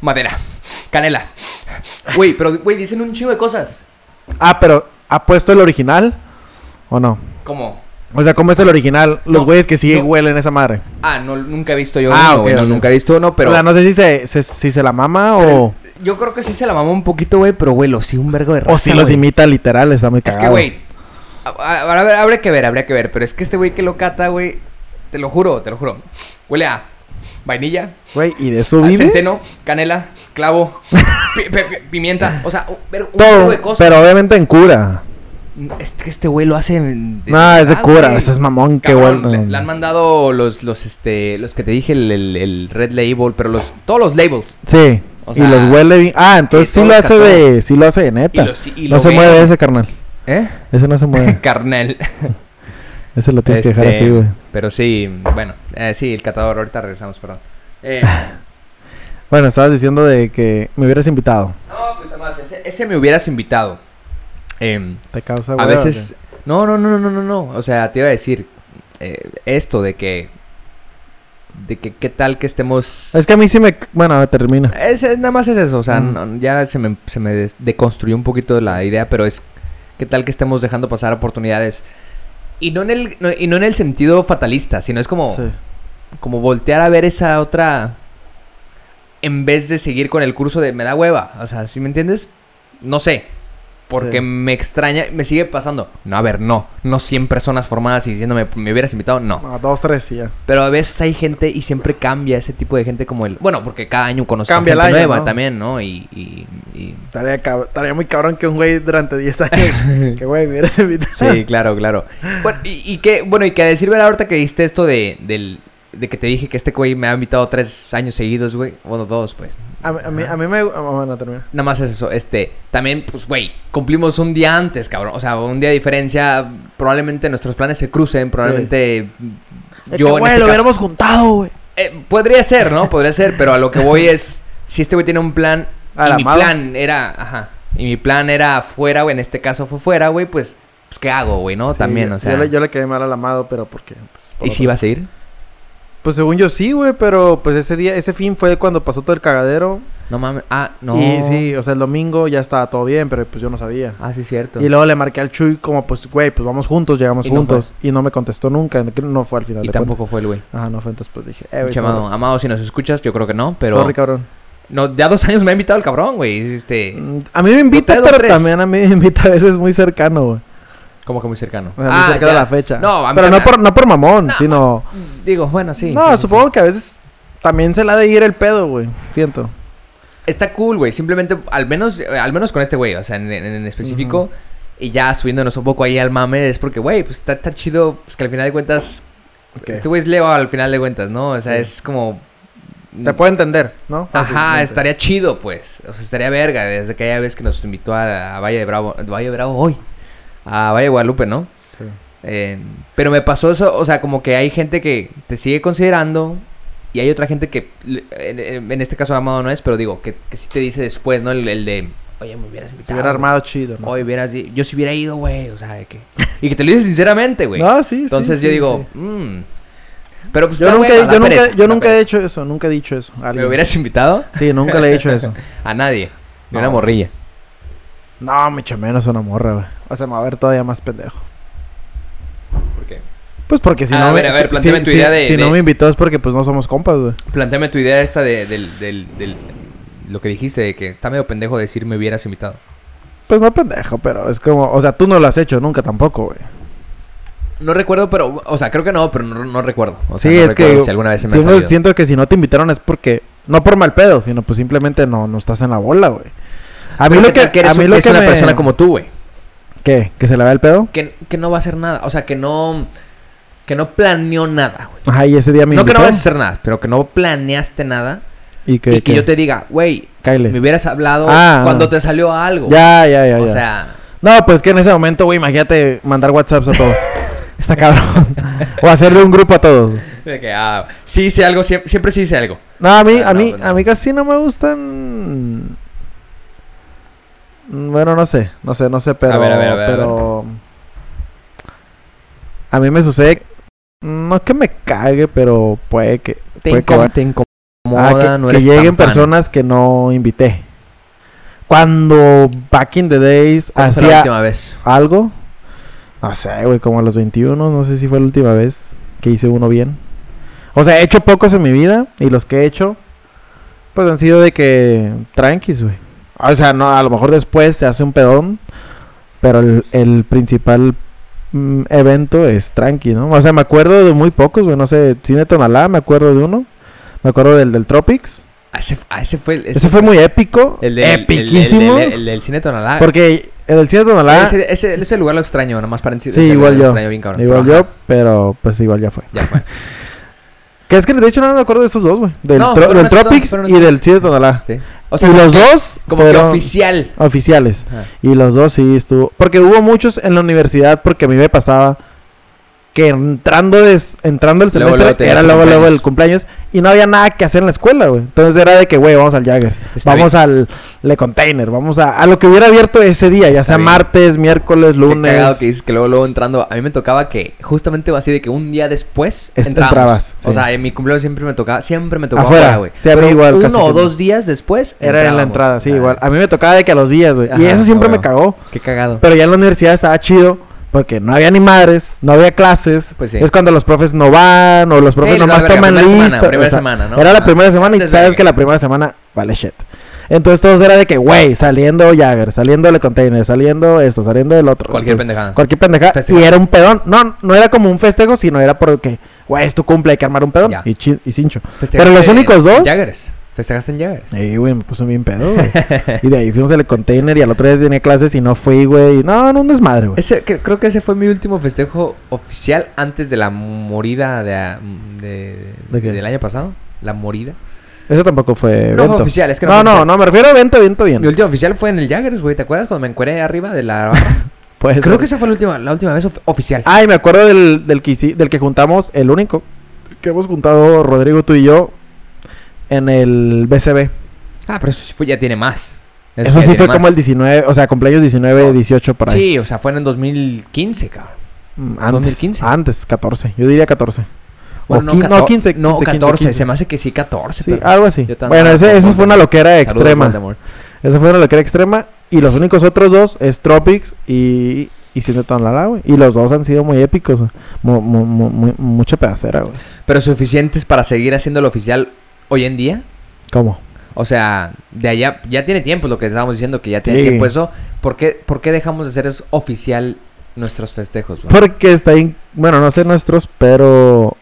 Madera. Canela. Güey, pero, güey, dicen un chingo de cosas.
Ah, pero ¿ha puesto el original o no?
Como,
O sea, ¿cómo es el original? Los
No,
güeyes que sí
no.
huelen esa madre.
ah, no, nunca he visto yo uno,
Ah, ok,
güey, no,
ok.
nunca he visto uno, pero...
O sea, no sé si se, se- si se la mama o,
Yo creo que sí se la mamó un poquito, güey, pero, güey, lo sí, un vergo de raza,
o si los
güey.
imita literal, está muy
Es
cagado.
que, güey, a- a- a- habrá, habrá que ver, habría que ver, pero es que este güey que lo cata, güey, te lo juro, te lo juro. Huele a vainilla,
Güey, y de
a
eso vive
centeno, canela, clavo, pi- pi- pi- pimienta, o sea, un ver- un vergo
todo,
de cosas.
pero obviamente en cura.
Este, este güey lo hace...
no, es de
ah,
cura,
güey.
ese es mamón, qué
Cabrón,
bueno.
le, le han mandado los, los, este, los que te dije, el, el- el red label, pero los, todos los labels.
Sí,
O
y
sea,
los huele bien. Ah, entonces
y
sí
todo
lo hace
cató.
de, sí lo hace de
Y
neta.
lo, sí- y
no
lo
se
ven.
mueve ese carnal,
¿Eh?
ese no se mueve.
Carnal.
ese lo tienes que dejar
Este,
así, güey.
Pero sí, bueno, eh, sí, el catador. Ahorita regresamos, perdón. Eh,
Bueno, estabas diciendo de que me hubieras invitado.
no, pues además, ese, ese me hubieras invitado. Em,
Te causa
a
hueva,
veces. No, no, no, no, no, no. O sea, te iba a decir eh, esto de que. De que qué tal que estemos.
o qué? Es que a mí sí me... Bueno, termina.
Es, es- nada más es eso, o sea,
Mm.
no- ya se me, se me des- deconstruyó un poquito la idea, pero es qué tal que estemos dejando pasar oportunidades. Y no en el, no- y no en el sentido fatalista, sino es como,
Sí.
como voltear a ver esa otra en vez de seguir con el curso de me da hueva. O sea, ¿sí me entiendes? No sé. Porque
Sí.
me extraña, me sigue pasando. No, a ver, no. No 100 personas formadas y diciéndome, me hubieras invitado, no.
No, dos, tres y ya.
Pero a veces hay gente y siempre cambia ese tipo de gente como el... Bueno, porque cada año conoces a
Cambia el
gente
año,
nueva
¿no?
también, ¿no? Y, y- y-
Estaría, cab- estaría muy cabrón que un güey durante 10 años. que güey, me hubieras invitado.
Sí, claro, claro. Bueno, y, y que... Bueno, y que a decir, ¿verdad? Ahorita que diste esto de, del, de que te dije que este güey me ha invitado tres años seguidos, güey. Bueno, dos, pues.
A, mí- a mí, a mí me. ah, Bueno, termina.
Nada más es eso. Este... También, pues, güey. Cumplimos un día antes, cabrón. O sea, un día de diferencia. Probablemente nuestros planes se crucen. Probablemente...
Yo,
en
güey,
este caso-
lo hubiéramos juntado, güey.
Eh, podría ser, ¿no? Podría ser, pero a lo que voy es, si este güey tiene un plan,
A
y
la
mi
mala.
plan era, ajá, y mi plan era fuera, güey, en este caso fue fuera, güey, pues, pues ¿qué hago, güey, no?
Sí,
También,
yo-
o sea.
Yo le, yo le quedé mal al amado, pero porque. Pues, por
¿Y si
otras-
vas a ir?
Pues según yo sí, güey, pero pues ese día, ese fin fue cuando pasó todo el cagadero.
No mames. Ah, no.
Y sí, o sea, el domingo ya estaba todo bien, pero pues yo no sabía.
Ah, sí, cierto.
Y luego le marqué al Chuy como, pues, güey, pues vamos juntos, llegamos
Y no
juntos. y no me contestó nunca, no- no fue al final
Y
de
tampoco fue el güey.
cuentas. Ajá, no fue, entonces pues dije, eh, güey,
Pinche Amado,
sorry,
amado, si nos escuchas, yo creo que no, pero.
sorry, cabrón.
No, ya dos años me ha invitado el cabrón, güey. Este,
Mm, A mí me invita,
tres, dos,
pero
tres.
también a mí me invita a veces muy cercano, güey.
como que muy cercano. Ah,
O sea, muy cerca de
ya.
la fecha.
No, a mí
Pero no
también-
por, no por mamón, sino...
Digo, bueno, sí.
no,
sí, sí,
supongo que a veces también se la ha de ir el pedo, güey. Siento.
Está cool, güey. Simplemente, al menos, eh, al menos con este güey, o sea, en, en- en específico. Y ya subiéndonos un poco ahí al mame, es porque, güey, pues está está chido, pues que al final de cuentas. Este güey es Leo al final de cuentas, ¿no? O sea,
Sí.
es como.
Te puedo entender, ¿no?
Ajá,
Fácilmente.
estaría chido, pues. O sea, estaría verga desde aquella vez que nos invitó a, a Valle de Bravo. Valle de Bravo hoy. A Valle de Guadalupe, ¿no?
Sí.
Eh, pero me pasó eso, o sea, como que hay gente que te sigue considerando y hay otra gente que, le- en, en- en este caso Amado no es, pero digo, que, que sí te dice después, ¿no? El, el de, oye, me hubieras invitado.
Se hubiera
güey.
armado chido, ¿no?
Hoy hubieras, di- yo si hubiera ido, güey, o sea, de que... Y que te lo dices sinceramente, güey.
No, sí, sí,
Entonces yo
sí,
digo, mm. Pero
sí.
pues...
Yo
está,
nunca,
güey,
he-
da
yo, nunca,
pereza,
yo
da
nunca he
pereza.
hecho eso, nunca he dicho eso. a
¿Me
alguien.
hubieras invitado?
Sí, nunca le he dicho eso.
A nadie. Ni una
No.
morrilla.
No, me echo menos una morra, güey. O sea, me va a ver todavía más pendejo.
¿Por qué?
Pues porque si
A
no...
ver,
me-
a ver,
si-
plantéame
si-
tu
si-
idea de-
Si no
de-
me invitó es porque pues no somos compas, güey.
Plantéame tu idea esta de, del, del, del- Lo que dijiste, de que está medio pendejo decir me hubieras invitado.
Pues no pendejo, pero es como... O sea, tú no lo has hecho nunca tampoco, güey.
No recuerdo, pero, o sea, creo que no, pero no, no recuerdo. O sea,
sí,
no
es que
recuerdo si alguna vez se me ha
siento,
salido.
siento que si no te invitaron es porque no por mal pedo, sino pues simplemente no, no estás en la bola, güey. A mí
Pero
lo
¿qué tal
que,
eres
a mí
un-
lo
es
que
una
me-
persona como tú, güey,
¿Qué? ¿Que se le va el pedo?
que, que no va a hacer nada, o sea, que no que no planeó nada, güey.
Ajá, y ese día me
No que no
invitó,
vas a hacer nada, pero que no planeaste nada
y que,
y que
que-
yo te diga, güey,
cáele.
me hubieras hablado
Ah,
cuando
no.
te salió algo.
Ya, ya, ya,
o
ya.
sea,
No, pues que en ese momento, güey, imagínate mandar WhatsApps a todos. Está cabrón. o hacerle un grupo a todos.
de que, ah, sí hice algo, siempre, siempre sí hice algo.
No, a mí,
Ah,
a
no,
mí,
pues no.
a mí casi no me gustan. Mm, Bueno, no sé, no sé, no sé, pero.
ver, a ver, a ver, a
pero. A mí me sucede. No que me cague, pero puede que.
Te,
Puede que
incom-
va-
te incomoda,
Ah, que
no
que
eres tan
lleguen
fan.
personas que no invité. Cuando back in the days
¿Cuándo fue la
hacía
última vez.
algo. No sé, güey, como a los 21, no sé si fue la última vez que hice uno bien. O sea, he hecho pocos en mi vida y los que he hecho, pues han sido de que tranquis, güey. O sea, no, a lo mejor después se hace un pedón, pero el, el principal mm, evento es tranqui, ¿no? O sea, me acuerdo de muy pocos, güey, no sé, Cine Tonalá, me acuerdo de uno, me acuerdo del del Tropics.
Ah, ese, ah, ese fue el.
Ese fue muy épico,
el del- el- el- El,
epiquísimo,
del- ah. el del cine Tonalá.
porque en el Cine Tonalá,
Ese, ese- ese lugar lo extraño, nomás para decir.
Ah. Sí,
ese lugar
igual
lo
yo.
extraño bien, cabrón.
igual
Pero,
yo,
ajá,
pero pues igual ya fue.
Ya fue.
Que es que de hecho no me acuerdo de estos dos, güey. Del,
No,
tro-
fueron
del
esos dos,
Tropics
fueron
y
esos
del
dos.
Cine Tonalá.
Sí. O sea,
y los dos
como
fueron
que oficial.
oficiales.
Ajá.
Y los dos sí estuvo. Porque hubo muchos en la universidad, porque a mí me pasaba que entrando, des- entrando el
Luego,
semestre
luego tenías
era
tu
luego, luego el cumpleaños y no había nada que hacer en la escuela, güey. Entonces era de que, güey, vamos al Jagger,
Está
vamos al Le Container, vamos a, a lo que hubiera abierto ese día, ya
Está
sea
bien.
martes, miércoles,
Qué
lunes.
cagado que dices que luego, luego entrando. A mí me tocaba que justamente así de que un día después
Est-
entramos.
entrabas, sí.
O sea, en mi cumpleaños siempre me tocaba, siempre me tocaba
Afuera.
afuera, güey.
Sí, a mí
Pero
igual,
Uno
casi
o
siempre.
dos días después
Era en la
entrábamos.
entrada, sí,
Ah,
igual. A mí me tocaba de que a los días, güey. Y
Ajá,
eso siempre
a
me
huevo.
cagó.
Qué cagado.
Pero ya en la universidad estaba chido porque no había ni madres, no había clases.
Pues sí.
Es cuando los profes no van o los profes
les
nomás
vale verga,
toman
primera
lista.
semana,
o
primera
sea,
semana, ¿no?
Era la
Ajá.
primera semana y
Antes de
sabes
que-
que la primera semana vale shit. Entonces todos era de que, güey, saliendo Jagger, saliendo de container, saliendo esto, saliendo del otro.
Cualquier
Entonces,
pendejada.
Cualquier pendejada.
Festejo.
Y era un pedón. No, no era como un festejo, sino era porque, güey, es tu cumple, hay que armar un pedón.
Ya.
Y, chi- y cincho.
Festejaste
pero los
en-
únicos dos-
en Jaggers. Festejaste en Jaggers.
Y, güey, me puso bien pedo, güey. y de ahí fuimos al container y al otro día tenía clases y no fui, güey. Y No, no, un desmadre, güey.
Ese, cre- creo que ese fue mi último festejo oficial antes de la morida de, a- de-
¿De qué?
del año pasado. La morida.
Eso tampoco fue
No
evento.
fue oficial, es que no
no,
fue
no,
oficial.
no, me refiero a evento, evento bien.
Mi último oficial fue en el Jaggers, güey. ¿Te acuerdas cuando me encueré arriba de la barra?
Pues,
Creo que esa fue la última, la última vez of- oficial.
Ay, me acuerdo del, del, que, hici- del que juntamos, el único que hemos juntado Rodrigo, tú y yo, en el BCB.
Ah, pero eso sí fue- ya tiene más.
Eso
ya
sí
tiene
fue
más.
como el 19, o sea, cumpleaños 19,
No.
18 para ahí.
Sí, o sea, fue en el 2015, cabrón.
Mm, Antes,
2015.
Antes, 14. Yo diría 14. O
Bueno,
quin- no,
cator-
15,
No,
15,
14.
15.
Se me hace que sí, 14.
Sí,
pero-
algo así.
Yo te
Bueno,
andaba
ese,
con
esa fue una
Voldemort.
loquera
Saludos,
extrema.
Voldemort.
Esa fue una loquera extrema. Y los únicos otros dos es Tropics y, y Siento Tonalá, güey. Y los dos han sido muy épicos. Mu- mu- mu- mu- mucha pedacera, güey.
Pero suficientes para seguir haciéndolo oficial hoy en día.
¿Cómo?
O sea, de allá ya tiene tiempo lo que estábamos diciendo, que ya tiene
Sí.
tiempo eso. ¿Por qué, por qué dejamos de hacer es oficial nuestros festejos? güey?
Porque está bien, bueno, no sé nuestros, pero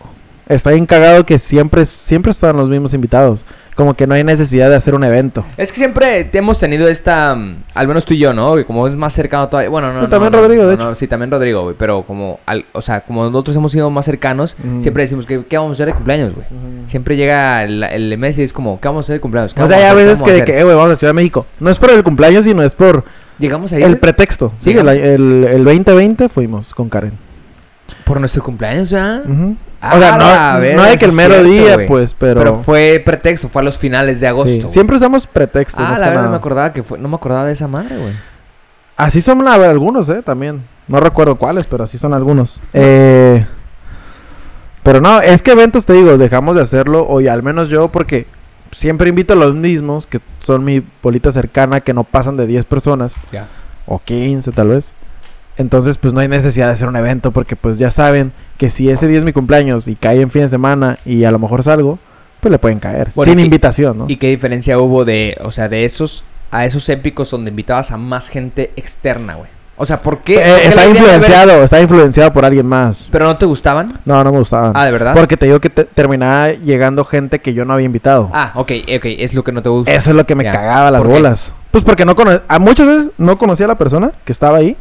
está bien cagado que siempre, siempre están los mismos invitados. Como que no hay necesidad de hacer un evento.
Es que siempre te hemos tenido esta, mm, al menos tú y yo, ¿no? Que Como es más cercano todavía. Bueno, no,
Tú
no,
también,
no,
Rodrigo, de
no,
hecho.
no, sí, también Rodrigo, güey. Pero como, al- o sea, como nosotros hemos sido más cercanos,
Mm.
siempre decimos que qué vamos a hacer de cumpleaños, güey. Siempre llega el, el mes y es como, ¿qué vamos a hacer de cumpleaños? ¿Qué
O
vamos
sea, hay a
hacer? ¿Qué
veces
vamos
que,
a
de
hacer?"
que, eh, güey, vamos a Ciudad de México. No es por el cumpleaños, sino es por
llegamos ahí
el pretexto. Sí, el,
Llegamos.
el, el 2020 fuimos con Karen.
por nuestro cumpleaños, ¿verdad?
Ujú.
Ah,
o sea,
la
no, no
verga,
de que el
sí
mero
es cierto,
día,
güey.
pues, pero...
Pero... fue pretexto, fue a los finales de agosto.
sí,
güey.
Siempre usamos pretextos.
Ah,
más
la
que
verdad no me
nada.
acordaba que fue, no me acordaba de esa madre, güey.
Así son la- algunos, eh, también. No recuerdo cuáles, pero así son algunos. Eh, pero no, es que eventos, te digo, dejamos de hacerlo, o ya al menos yo, porque siempre invito a los mismos, que son mi bolita cercana, que no pasan de 10 personas,
Ya.
o 15 tal vez. Entonces, pues no hay necesidad de hacer un evento, porque pues ya saben que si ese día es mi cumpleaños y cae en fin de semana y a lo mejor salgo, pues le pueden caer.
Bueno,
sin
y-
invitación, ¿no?
¿Y qué diferencia hubo de, o sea, de esos a esos épicos donde invitabas a más gente externa, güey? O sea, ¿por qué?
Eh,
por qué la
está
idea de ver-
influenciado, está influenciado por alguien más.
¿Pero no te gustaban?
No, no me gustaban.
Ah, ¿de verdad?
Porque te digo que te- terminaba llegando gente que yo no había invitado.
Ah, ok, ok, es lo que no te gusta.
Eso es lo que me
Ya.
cagaba las
¿Por qué?
bolas. Pues porque no cono- a muchas veces no conocía a la persona que estaba ahí.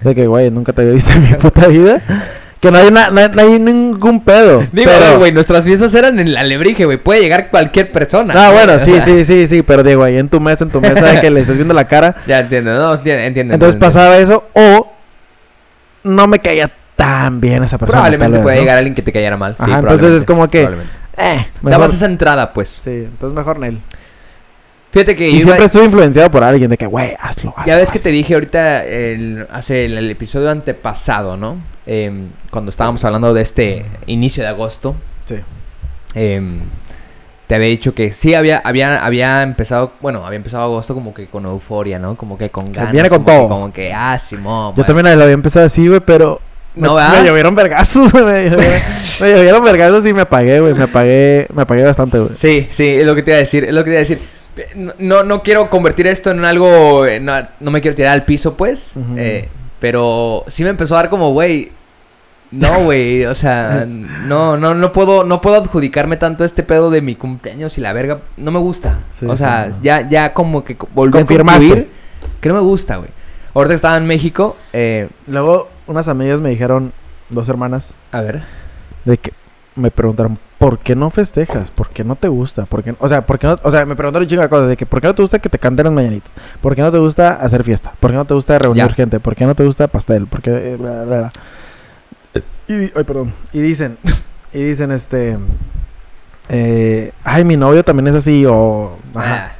de que, güey, nunca te había visto en mi puta vida. Que no hay, na- na- no hay ningún pedo.
Digo,
pero-
güey, nuestras fiestas eran en la lebrige, güey. Puede llegar cualquier persona.
No,
güey,
Ah, bueno,
o
sí,
sea,
sí, sí, sí. Pero digo, ahí en tu mesa, en tu mesa, de que le estás viendo la cara.
Ya entiendo, no, entiendo, entiendo.
Entonces
entiendo.
pasaba eso. O no me caía tan bien esa persona.
Probablemente
tal vez,
puede
¿no?
llegar alguien que te cayera mal. sí,
Ajá, entonces
probablemente,
es como que-
probablemente.
Eh, mejor-
Dabas esa entrada, pues.
Sí, entonces mejor Nel.
Fíjate que
Y,
yo iba-
siempre estuve influenciado por alguien de que, güey, hazlo, hazlo.
Ya ves que
hazlo.
te dije ahorita, el- hace el, el episodio antepasado, ¿no? Em, cuando estábamos hablando de este inicio de agosto.
Sí.
em, te había dicho que sí había había había empezado, bueno, había empezado agosto como que con euforia, ¿no? Como que con ganas,
Viene con
como, que-
todo.
como que ah, Simón.
Yo
bueno.
también lo había empezado así, güey, pero.
No,
me,
¿verdad?
me llovieron vergazos, güey. Me, llovieron- me llovieron vergazos y me apagué, güey. Me apagué, me apagué bastante, güey.
Sí, sí, es lo que te iba a decir, es lo que te iba a decir. No, no quiero convertir esto en algo, eh, no, no me quiero tirar al piso, pues,
Ujú.
eh, pero sí me empezó a dar como, güey, no, güey, o sea, no, no, no puedo, no puedo adjudicarme tanto este pedo de mi cumpleaños y la verga, no me gusta.
Sí,
o sea,
sí, no.
ya, ya como que co- volví a
Confirmaste.
concluir que no me gusta, güey. Ahorita que estaba en México, eh,
Luego, unas amigas me dijeron, dos hermanas,
a ver,
de que me preguntaron, ¿por qué no festejas? ¿Por qué no te gusta? ¿Por qué, o sea, ¿por qué no, o sea, me preguntaron un chingo de cosas, de que ¿por qué no te gusta que te canten las mañanitas? ¿Por qué no te gusta hacer fiesta? ¿Por qué no te gusta reunir
Ya.
gente? ¿Por qué no te gusta pastel? ¿Por qué eh, bla, bla, bla? Y, di- ay, perdón. Y dicen, y dicen este eh, ay, mi novio también es así o ajá.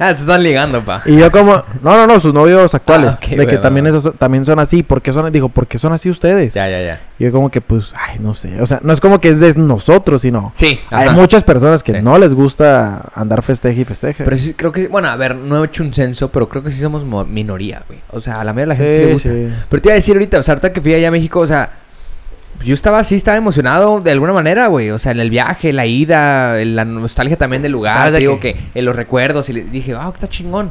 ah, ah, se están ligando, pa.
Y yo como, no, no, no, sus novios actuales,
Ah, ok,
de
bueno,
que también
bueno.
esos también son así, ¿por qué son? Digo, ¿por qué son así ustedes?
Ya, ya, ya.
Y yo como que pues, ay, no sé, o sea, no es como que es de nosotros, sino
Sí,
hay
ajá.
muchas personas que
Sí.
no les gusta andar festeje y festeje.
Pero sí, creo que, bueno, a ver, no he hecho un censo, pero creo que sí somos mo- minoría, güey. O sea, a la mayoría de la gente sí, le gusta. Pero te iba a decir ahorita, o sea, ahorita que fui allá a México, o sea, yo estaba así, estaba emocionado de alguna manera, güey. O sea, en el viaje, la ida, en la nostalgia también del
Ah,
lugar,
de
te digo
que-
que... en los recuerdos, y le dije, ah, está chingón.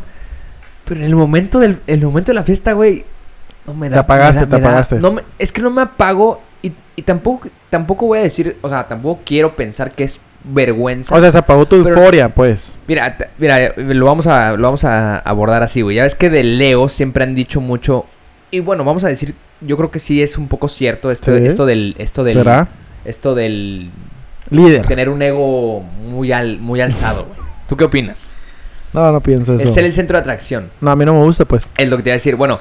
Pero en el momento del, en el momento de la fiesta, güey, no me da.
Te apagaste,
me da-
te
me da-
apagaste.
no me- es que no me apago y, y tampoco, tampoco voy a decir, o sea, tampoco quiero pensar que es vergüenza.
O sea, se apagó tu
Pero-
euforia, pues.
Mira, te- mira, eh, lo vamos a, lo vamos a abordar así, güey. Ya ves que de Leo siempre han dicho mucho. Y bueno, vamos a decir, yo creo que sí es un poco cierto esto,
Sí.
esto del, esto del,
¿Será?
esto del
Líder.
tener un ego muy al, muy alzado, güey. ¿Tú qué opinas?
No, no pienso eso.
El ser el centro de atracción.
No, a mí no me gusta, pues.
Es lo que te iba a decir. Bueno,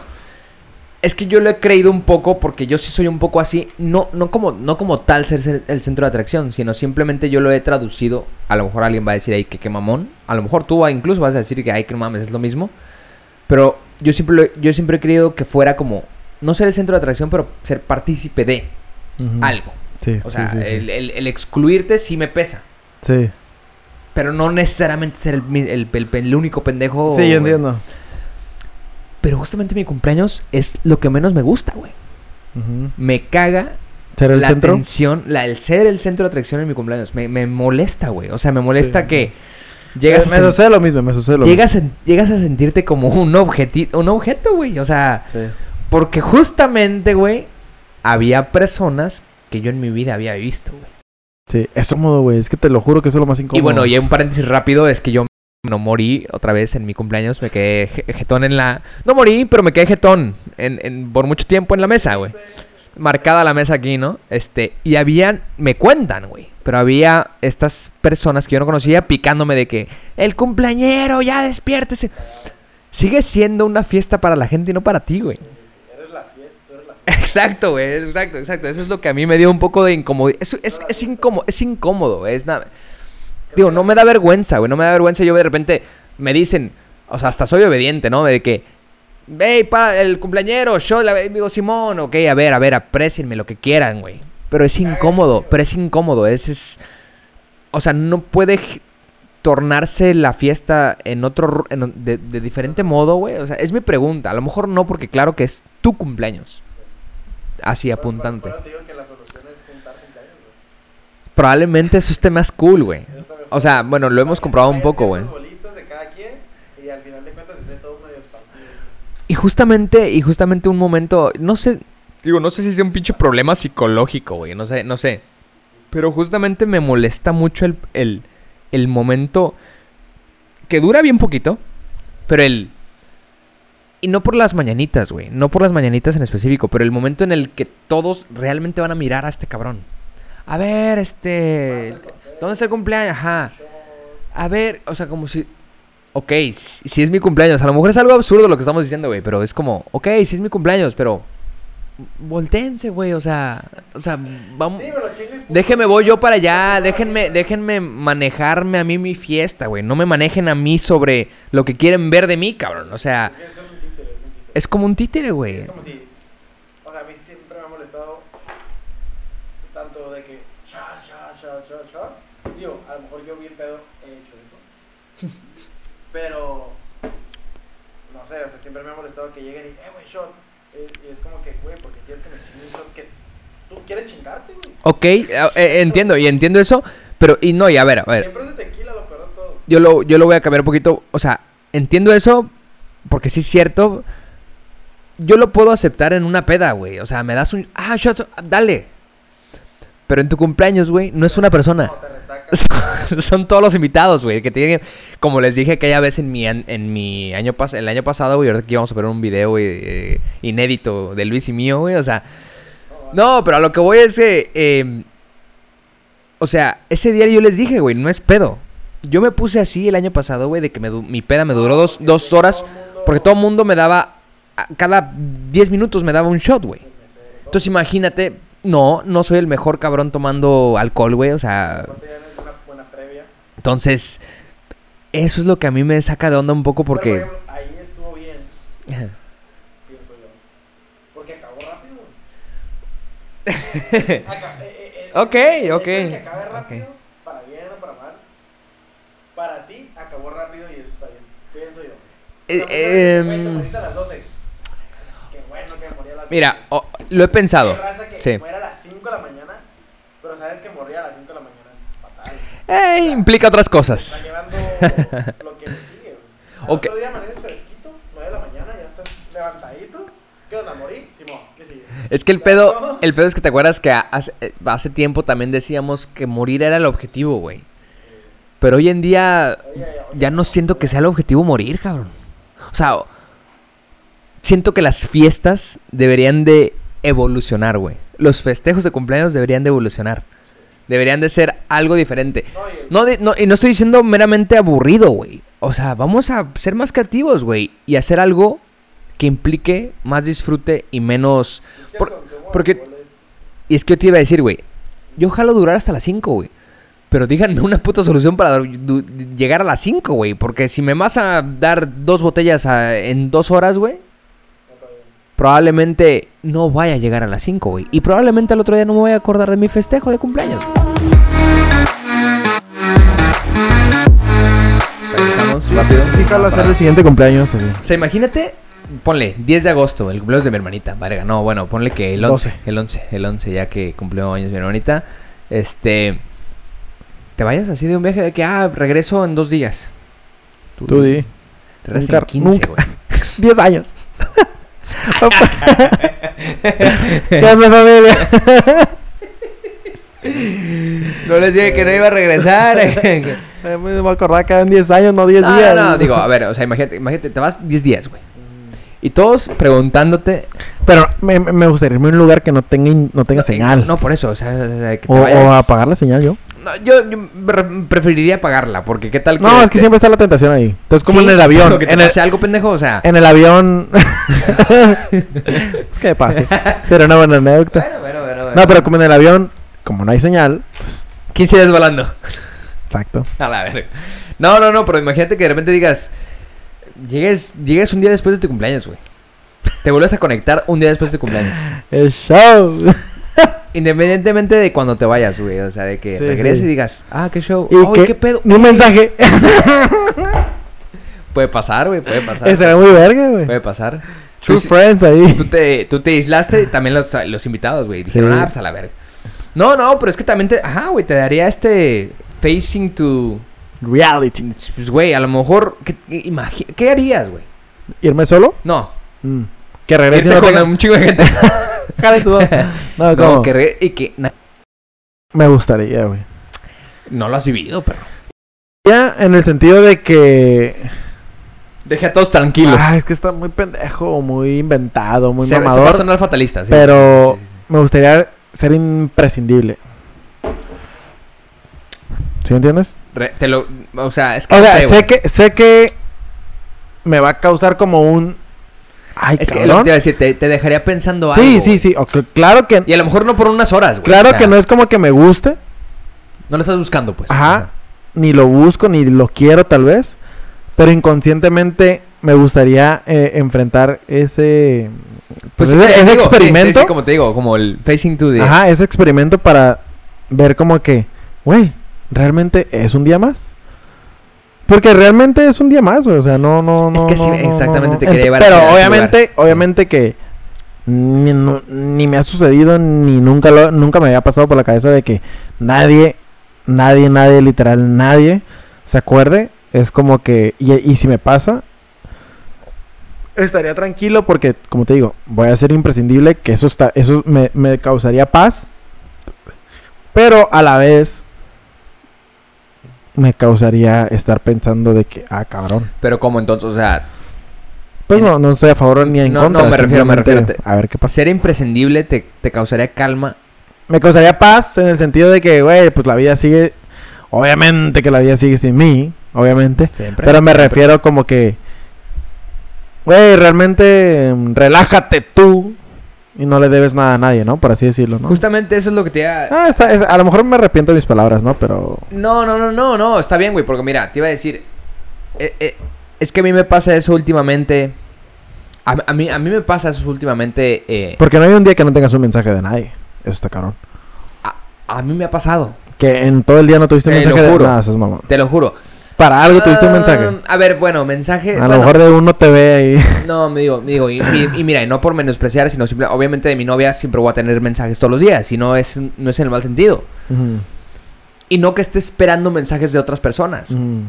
es que yo lo he creído un poco porque yo sí soy un poco así. No, no, como, no como tal ser ce- el centro de atracción, sino simplemente yo lo he traducido. A lo mejor alguien va a decir, ay, que qué mamón. A lo mejor tú va- incluso vas a decir que, ay, que no mames, es lo mismo. Pero yo siempre, lo- yo siempre he creído que fuera como, no ser el centro de atracción, pero ser partícipe de
Ujú.
algo.
Mm. Sí,
O
sí,
sea,
sí, sí.
El, el- el excluirte sí me pesa.
Sí,
Pero no necesariamente ser el, mi- el- el- el único pendejo. Oh,
Sí,
güey.
yo entiendo.
Pero justamente mi cumpleaños es lo que menos me gusta, güey.
Ujú.
me caga
¿Ser el
la
centro?
atención, la, el ser el centro de atracción en mi cumpleaños. Me, me molesta, güey. O sea, me molesta
Sí.
que llegas,
Eh, me,
a, sen-
me sucede lo mismo, me sucede lo
llegas, a- llegas a sentirte como un, objeti- un objeto, güey. O sea,
mismo. Sí.
porque justamente, güey, había personas que yo en mi vida había visto, güey.
Sí, es cómodo, güey. Es que te lo juro que eso es lo más incómodo.
Y bueno, y un paréntesis rápido es que yo no morí otra vez en mi cumpleaños. Me quedé je- jetón en la... No morí, pero me quedé jetón en, en- por mucho tiempo en la mesa, güey. Marcada la mesa aquí, ¿no? Este, y habían... Me cuentan, güey. Pero había estas personas que yo no conocía picándome de que... El cumpleañero, ya despiértese. Sigue siendo una fiesta para la gente y no para ti, güey. Exacto, güey, exacto, exacto. Eso es lo que a mí me dio un poco de incomodidad. Es, es, es incómodo, es incómodo, güey, es nada. Digo, no me da vergüenza, güey, no me da vergüenza. Yo de repente me dicen, o sea, hasta soy obediente, ¿no? De que, hey, para el cumpleañero, yo la eh, digo, Simón, ok, a ver, a ver, aprecienme lo que quieran, güey. Pero es incómodo, pero es incómodo, es, es. O sea, no puede g- tornarse la fiesta en otro. ru- en o- de, de diferente modo, güey. O sea, es mi pregunta. A lo mejor no, porque claro que es tu cumpleaños. Así apuntante. Probablemente eso esté más cool, güey. O sea, bueno, lo hemos comprobado un poco, güey. Y justamente, y justamente un momento, no sé, digo, no sé si sea un pinche problema psicológico, güey, no sé, no sé. Pero justamente me molesta mucho el, el, el momento que dura bien poquito, pero el... Y no por las mañanitas, güey, no por las mañanitas en específico, pero el momento en el que todos realmente van a mirar a este cabrón. A ver, este... ¿Dónde está el cumpleaños? Ajá. A ver, o sea, como si... Ok, si, si es mi cumpleaños. A lo mejor es algo absurdo lo que estamos diciendo, güey. Pero es como, ok, si es mi cumpleaños, pero. Voltense, güey. O sea. O sea, vamos. Déjenme, voy yo para allá. Déjenme, déjenme manejarme a mí mi fiesta, güey. No me manejen a mí sobre lo que quieren ver de mí, cabrón. O sea. Es como un títere, güey.
O sea, a mí siempre me ha molestado tanto de que ya, ya, ya, ya, ya. Digo, a lo mejor yo bien pedo
Pero, no sé, o sea, siempre me ha molestado que lleguen y, eh, güey, shot. Y, y es como que, güey, porque quieres que me chingue un shot que tú quieres chingarte, güey.
Ok, ah, eh, entiendo, y entiendo eso, pero, y no, y a ver,
Eh.
a ver,
Siempre es de tequila, lo peor de todo.
yo lo, yo lo voy a cambiar un poquito, o sea, entiendo eso, porque sí es cierto, yo lo puedo aceptar en una peda, güey, o sea, me das un, ah, shot, dale, pero en tu cumpleaños, güey, no es una persona.
No, te retacas.
Son- son todos los invitados, güey, que tienen... Como les dije aquella vez en mi, an- en mi año pas el año pasado, güey, ahorita aquí vamos a ver un video, güey, eh, inédito de Luis y mío, güey, o sea... No, pero a lo que voy es que... eh, o sea, ese día yo les dije, güey, no es pedo. Yo me puse así el año pasado, güey, de que me du- mi peda me duró dos, dos horas, porque todo el mundo me daba... a- Cada 10 minutos me daba un shot, güey. Entonces imagínate... No, no soy el mejor cabrón tomando alcohol, güey, o sea...
Aparte ya no es una buena previa.
Entonces, eso es lo que a mí me saca de onda un poco
Pero,
porque...
por ejemplo, ahí estuvo bien, pienso yo. Porque acabó rápido, güey. Aca- eh, eh, eh,
Ok,
el hecho
ok,
de Que acabe
ok.
rápido, para bien o para mal. Para ti, acabó rápido y eso está bien, pienso yo.
Eh,
Pero, güey, te
eh,
moriste a las 12. Qué bueno que me morí a las
mira,
12.
oh, lo he pensado.
Hay raza que
Sí.
muere a las 5 de la mañana, pero sabes que morir a las 5 de la mañana es fatal.
Eh, implica otras
Está
cosas.
llevando lo que le sigue. güey. Al
Ok.
otro día amaneces fresquito, 9 de la mañana, ya estás levantadito. ¿Qué onda, morí? Simón, ¿qué sigue?
Es que el pedo, el pedo es que te acuerdas que hace, eh, hace tiempo también decíamos que morir era el objetivo, güey. Pero hoy en día ya no siento que sea el objetivo morir, cabrón. O sea, siento que las fiestas deberían de evolucionar, güey. Los festejos de cumpleaños deberían de evolucionar. Deberían de ser algo diferente.
No, y-
No, de- no, y no estoy diciendo meramente aburrido, güey. O sea, vamos a ser más creativos, güey. Y hacer algo que implique más disfrute y menos...
Es que el
por-
consumo de
porque...
alcohol es-
Y es que yo te iba a decir, güey. Yo ojalá durar hasta las 5, güey. Pero díganme una puta solución para du- du- llegar a las 5, güey. Porque si me vas a dar dos botellas a- en dos horas, güey,
no, está bien.
probablemente no vaya a llegar a las 5, güey. Y probablemente al otro día no me voy a acordar de mi festejo de cumpleaños. Regresamos rápido.
Sí, jalo hacer el siguiente cumpleaños así.
O sea, imagínate, ponle 10 de agosto, el cumpleaños de mi hermanita. Verga, no, bueno, ponle que el 11,
12.
el 11, el 11 ya que cumplió años mi hermanita. Este te vayas así de un viaje de que ah, regreso en dos días.
Tú di.
Regresas
nunca-
en 15,
nunca.
güey.
10 años. ¿Qué mi familia?
No les dije que no iba a regresar.
Eh, Me voy a acordar que en 10 años, no 10
no,
días.
no, no, digo, a ver, o sea, imagínate, imagínate, te vas 10 días, güey. Y todos preguntándote
Pero me, me- me gustaría irme a un lugar que no tenga, in- no tenga
eh,
señal.
No, por eso, o sea, o sea, que te
o,
vayas-
o apagar la señal yo.
No, yo, yo pre- preferiría pagarla, porque qué tal este,
No, es que siempre está la tentación ahí. Entonces, como
Sí,
en el avión.
pero que te
En el,
pase algo pendejo, o sea.
en el avión. es que de paso. Será una buena anécdota.
Bueno, bueno, bueno, bueno.
No, pero como en el avión, como no hay señal. pues,
15 días volando.
Exacto.
A la verga. No, no, no, pero imagínate que de repente digas. Llegues, llegues un día después de tu cumpleaños, güey. Te vuelves a conectar un día después de tu cumpleaños.
El show.
Independientemente de cuando te vayas, güey. O sea, de que
Sí,
regreses
sí.
y digas, ah, qué show.
¿Y
Ay,
qué?
qué pedo.
Ni un mensaje.
Puede pasar, güey, puede pasar.
Será muy verga, güey.
Puede pasar.
True
Tú sí-
friends ahí.
tú te, tú te aislaste y también los, los invitados, güey. Dijeron,
Sí.
ah, pues a la verga. No, no, pero es que también te. Ajá, güey, te daría este. Facing to.
Reality.
Pues, güey, a lo mejor. ¿Qué, qué imagi- ¿qué harías, güey?
¿Irme solo?
No.
Mm. Que
Irte
regrese. y No,
con
tenga-
un chingo de gente.
Jale tú dos. no,
No,
¿cómo?
que re- y que. na-
Me gustaría, güey.
no lo has vivido, perro.
Ya en el sentido de que.
Deja a todos tranquilos.
Ah, es que está muy pendejo, muy inventado, muy
se, se va a
mamador.
sonar fatalista, sí.
pero
Sí, sí,
me gustaría ser imprescindible. ¿Sí me entiendes?
sí. Re- te lo. O sea, es que.
O
no
sea,
sé,
sé,
güey.
que sé que me va a causar como un ay,
Es que lo que
cabrón.
te iba a decir, te, te dejaría pensando algo.
sí,
güey.
sí, sí, o cl- claro que
Y a lo mejor no por unas horas, güey.
claro
o sea,
que no es como que me guste,
No lo estás buscando, pues.
Ajá. ni lo busco ni lo quiero tal vez, pero inconscientemente me gustaría eh, enfrentar ese pues,
sí,
ese,
te
ese
digo, sí, sí,
experimento.
sí, como te digo, como el facing to the.
Ajá, ese experimento para ver como que, güey, realmente es un día más. Porque realmente es un día más, güey. O sea, no, no, no.
Es que
no,
sí,
no, no,
exactamente
no.
te quería
Ent-
llevar
Pero
hacia ese
obviamente,
lugar.
obviamente que ni, no- ni me ha sucedido, ni nunca lo, nunca me había pasado por la cabeza de que nadie, nadie, nadie, literal, nadie se acuerde. Es como que, y, y si me pasa, estaría tranquilo porque, como te digo, voy a ser imprescindible, que eso está, eso me, me causaría paz. Pero a la vez me causaría estar pensando de que, ah, cabrón.
Pero como entonces, o sea,
Pues
En-
no, no estoy a favor ni en
No,
contra.
no, me refiero, me refiero,
simplemente A ver qué pasa.
ser imprescindible te, te causaría calma.
Me causaría paz en el sentido de que, güey, pues la vida sigue. Obviamente que la vida sigue sin mí, obviamente.
Siempre.
Pero me
Siempre.
refiero como que. Güey, realmente mm, relájate tú. Y no le debes nada a nadie, ¿no? Por así decirlo, ¿no?
Justamente eso es lo que te iba...
Ah, está- es- a lo mejor me arrepiento de mis palabras, ¿no? Pero.
No, no, no, no, no, está bien, güey, porque mira, te iba a decir, eh, eh, es que a mí me pasa eso últimamente, a, a mí, a mí me pasa eso últimamente, eh,
Porque no hay un día que no tengas un mensaje de nadie. Eso está cabrón.
a, a mí me ha pasado,
Que en todo el día no tuviste un
Te lo
mensaje de
juro.
nada, estás mamón.
te lo juro.
Para algo tuviste un
Ah,
mensaje.
A ver, bueno, mensaje...
A lo
bueno,
mejor de uno te ve ahí.
No, me digo, me digo, y, y- y mira, y no por menospreciar, sino simple, obviamente de mi novia siempre voy a tener mensajes todos los días, y no es, no es en el mal sentido.
Ujú,
Y no que esté esperando mensajes de otras personas.
ujú.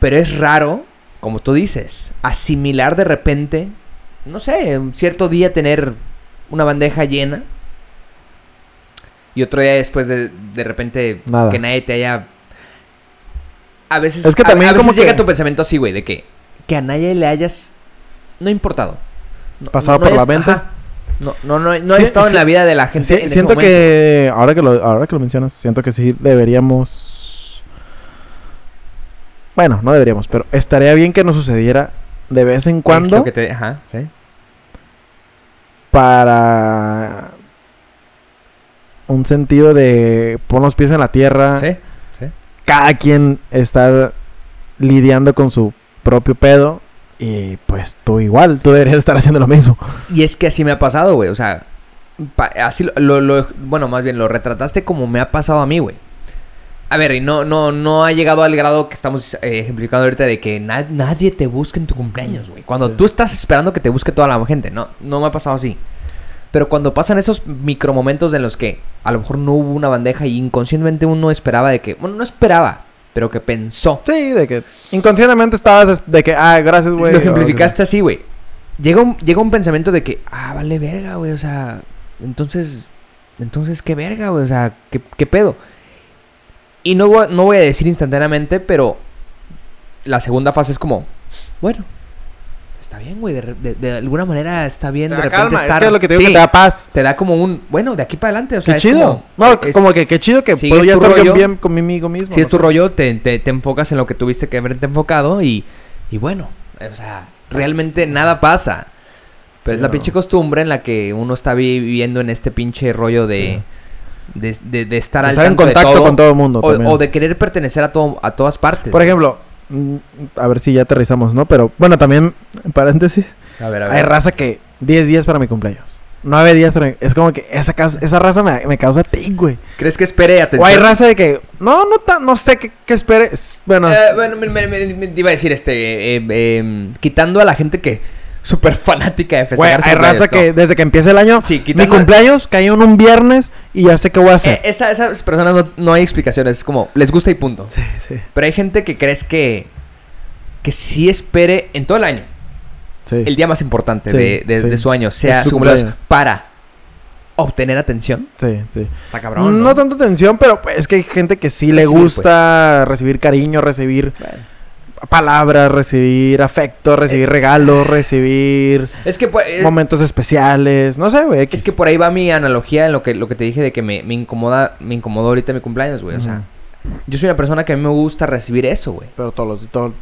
Pero es raro, como tú dices, asimilar de repente, no sé, un cierto día tener una bandeja llena y otro día después de, de repente
Nada.
que nadie te haya... A veces,
Es que
a-
también
a, veces
como que-
llega tu pensamiento así, güey, de que, que a nadie le hayas... No importado. No-
Pasado por la mente.
ajá. No, no, no, no he
Sí,
estado en
sí.
la vida de la gente
Sí,
en ese
siento
momento.
que ahora que lo ahora que lo mencionas, siento que sí deberíamos Bueno, no deberíamos, pero estaría bien que nos sucediera de vez en
Esto
cuando
que te- ajá, sí.
para un sentido de pon los pies en la tierra.
Sí.
Cada quien está lidiando con su propio pedo y pues tú igual, tú deberías estar haciendo lo mismo.
Y es que así me ha pasado, güey. O sea, pa- así lo, lo- lo- Bueno, más bien, lo retrataste como me ha pasado a mí, güey. A ver, y no, no, no ha llegado al grado que estamos eh, ejemplificando ahorita de que na- nadie te busque en tu cumpleaños, güey. Cuando tú estás esperando que te busque toda la gente, no, no me ha pasado así. Pero cuando pasan esos micromomentos en los que a lo mejor no hubo una bandeja y inconscientemente uno esperaba de que, bueno, no esperaba, pero que pensó.
Sí, de que inconscientemente estabas es- de que ah, gracias, güey.
Lo
o que sea.
ejemplificaste así, güey. Llega un, llega un pensamiento de que, ah, vale verga, güey. O sea, entonces, entonces, ¿qué verga, güey? O sea, ¿qué, qué pedo? Y no, voy a- no voy a decir instantáneamente, pero la segunda fase es como, bueno, está bien, güey. De, re- de- de alguna manera está bien
Te
de
da
repente
calma,
estar.
es que lo que te digo
Sí,
que te da paz.
te da como un, bueno, de aquí para adelante, o sea,
qué
es
chido.
como-
no,
es-
como que qué chido que
si
puedo
es
ya
tu
estar
rollo,
bien, bien conmigo mismo.
Si es tu
¿no?
rollo, te, te- te enfocas en lo que tuviste que haberte enfocado y, y bueno, eh, o sea, realmente nada pasa. Pero
Sí,
es la
no.
pinche costumbre en la que uno está viviendo en este pinche rollo de, de, de- de estar al
Estar en
tanto de
contacto
todo,
con todo el mundo. también.
o, o de querer pertenecer a, todo, a todas partes.
Por ejemplo, mm, a ver si ya aterrizamos, ¿no? Pero bueno, también, en paréntesis,
a ver, a
hay
ver.
raza que 10 días para mi cumpleaños. 9 días para mi- Es como que esa, casa- esa raza me, me causa tic, güey.
¿Crees que espere
O hay
atención?
raza de que, no, no, ta- no sé qué, qué espere. Es- Bueno,
Eh, bueno, me, me- me- me- te iba a decir este, eh, eh, eh, quitando a la gente que súper fanática de
güey,
festejar.
hay
sus
raza
reyes, ¿no?
que desde que empieza el año,
Sí,
mi
quitando-
cumpleaños cayó en un viernes y ya sé qué voy a hacer.
Eh, esa- esas personas no, no hay explicaciones, es como, les gusta y punto.
sí, sí,
Pero hay gente que crees que, que sí espere en todo el año
sí.
el día más importante
Sí,
de, de-
sí.
de su año, sea
Es su
su cumpleaños,
cumpleaños.
para obtener atención.
Sí, sí.
Está cabrón.
no, tanto tensión, pero pues, es que hay gente que sí le
Recibir,
gusta
pues.
recibir cariño, recibir
Bueno.
palabras, recibir afecto, recibir regalos, recibir
Es que, pues, eh,
momentos especiales. No sé, güey. X.
es que por ahí va mi analogía en lo que, lo que te dije de que me, me incomoda, me incomodó ahorita mi cumpleaños, güey. O sea, yo soy una persona que a mí me gusta recibir eso, güey.
Pero todos los. todo-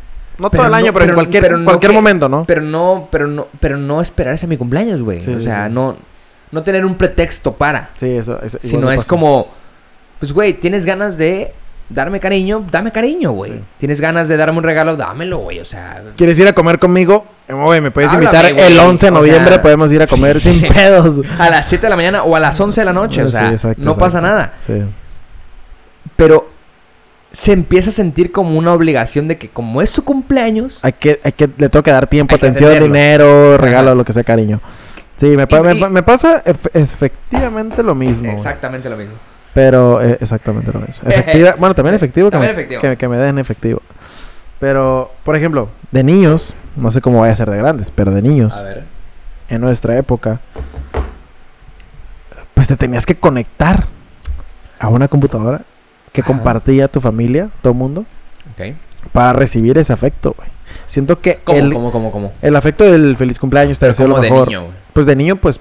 Pero
no todo el
no-
año, pero,
pero-
en cualquier,
pero no
cualquier
que-
momento, ¿no?
Pero no, pero no, pero no esperarse a mi cumpleaños, güey.
Sí,
o
sí,
sea,
sí.
no, no tener un pretexto para.
sí, eso. eso
Si
igual
no
me
es
pasa.
como, pues güey, tienes ganas de darme cariño, dame cariño, güey.
Sí.
Tienes ganas de darme un regalo, dámelo, güey. O sea,
¿Quieres ir a comer conmigo? Eh, güey, me puedes
Háblame,
invitar
güey,
el 11 de
o sea-
noviembre, podemos ir a comer sin pedos.
a las 7 de la mañana o a las 11 de la noche, o
Sí,
sea,
exacto,
no pasa
exacto.
nada.
Sí.
Pero se empieza a sentir como una obligación de que como es su cumpleaños,
Hay que, hay que, le tengo que dar tiempo,
Hay que
atención,
atenderlo.
dinero, regalo,
Ajá.
lo que sea, cariño. Sí, me, pa-
Y-
me
y-
pa- me pasa ef- efectivamente lo mismo. güey.
exactamente lo mismo.
Pero eh, exactamente lo mismo. Efectiva- bueno, también efectivo, que,
También
me,
efectivo.
Que, que me den efectivo. Pero, por ejemplo, de niños, no sé cómo vaya a ser de grandes, pero de niños,
A ver.
en nuestra época, pues te tenías que conectar a una computadora que
Ajá.
compartía tu familia, todo el mundo,
Ok.
para recibir ese afecto, güey. Siento que
¿Cómo,
el,
cómo, cómo, cómo?
el afecto del feliz cumpleaños te
Pero
deseo lo
como de
mejor.
niño, güey.
Pues de niño, pues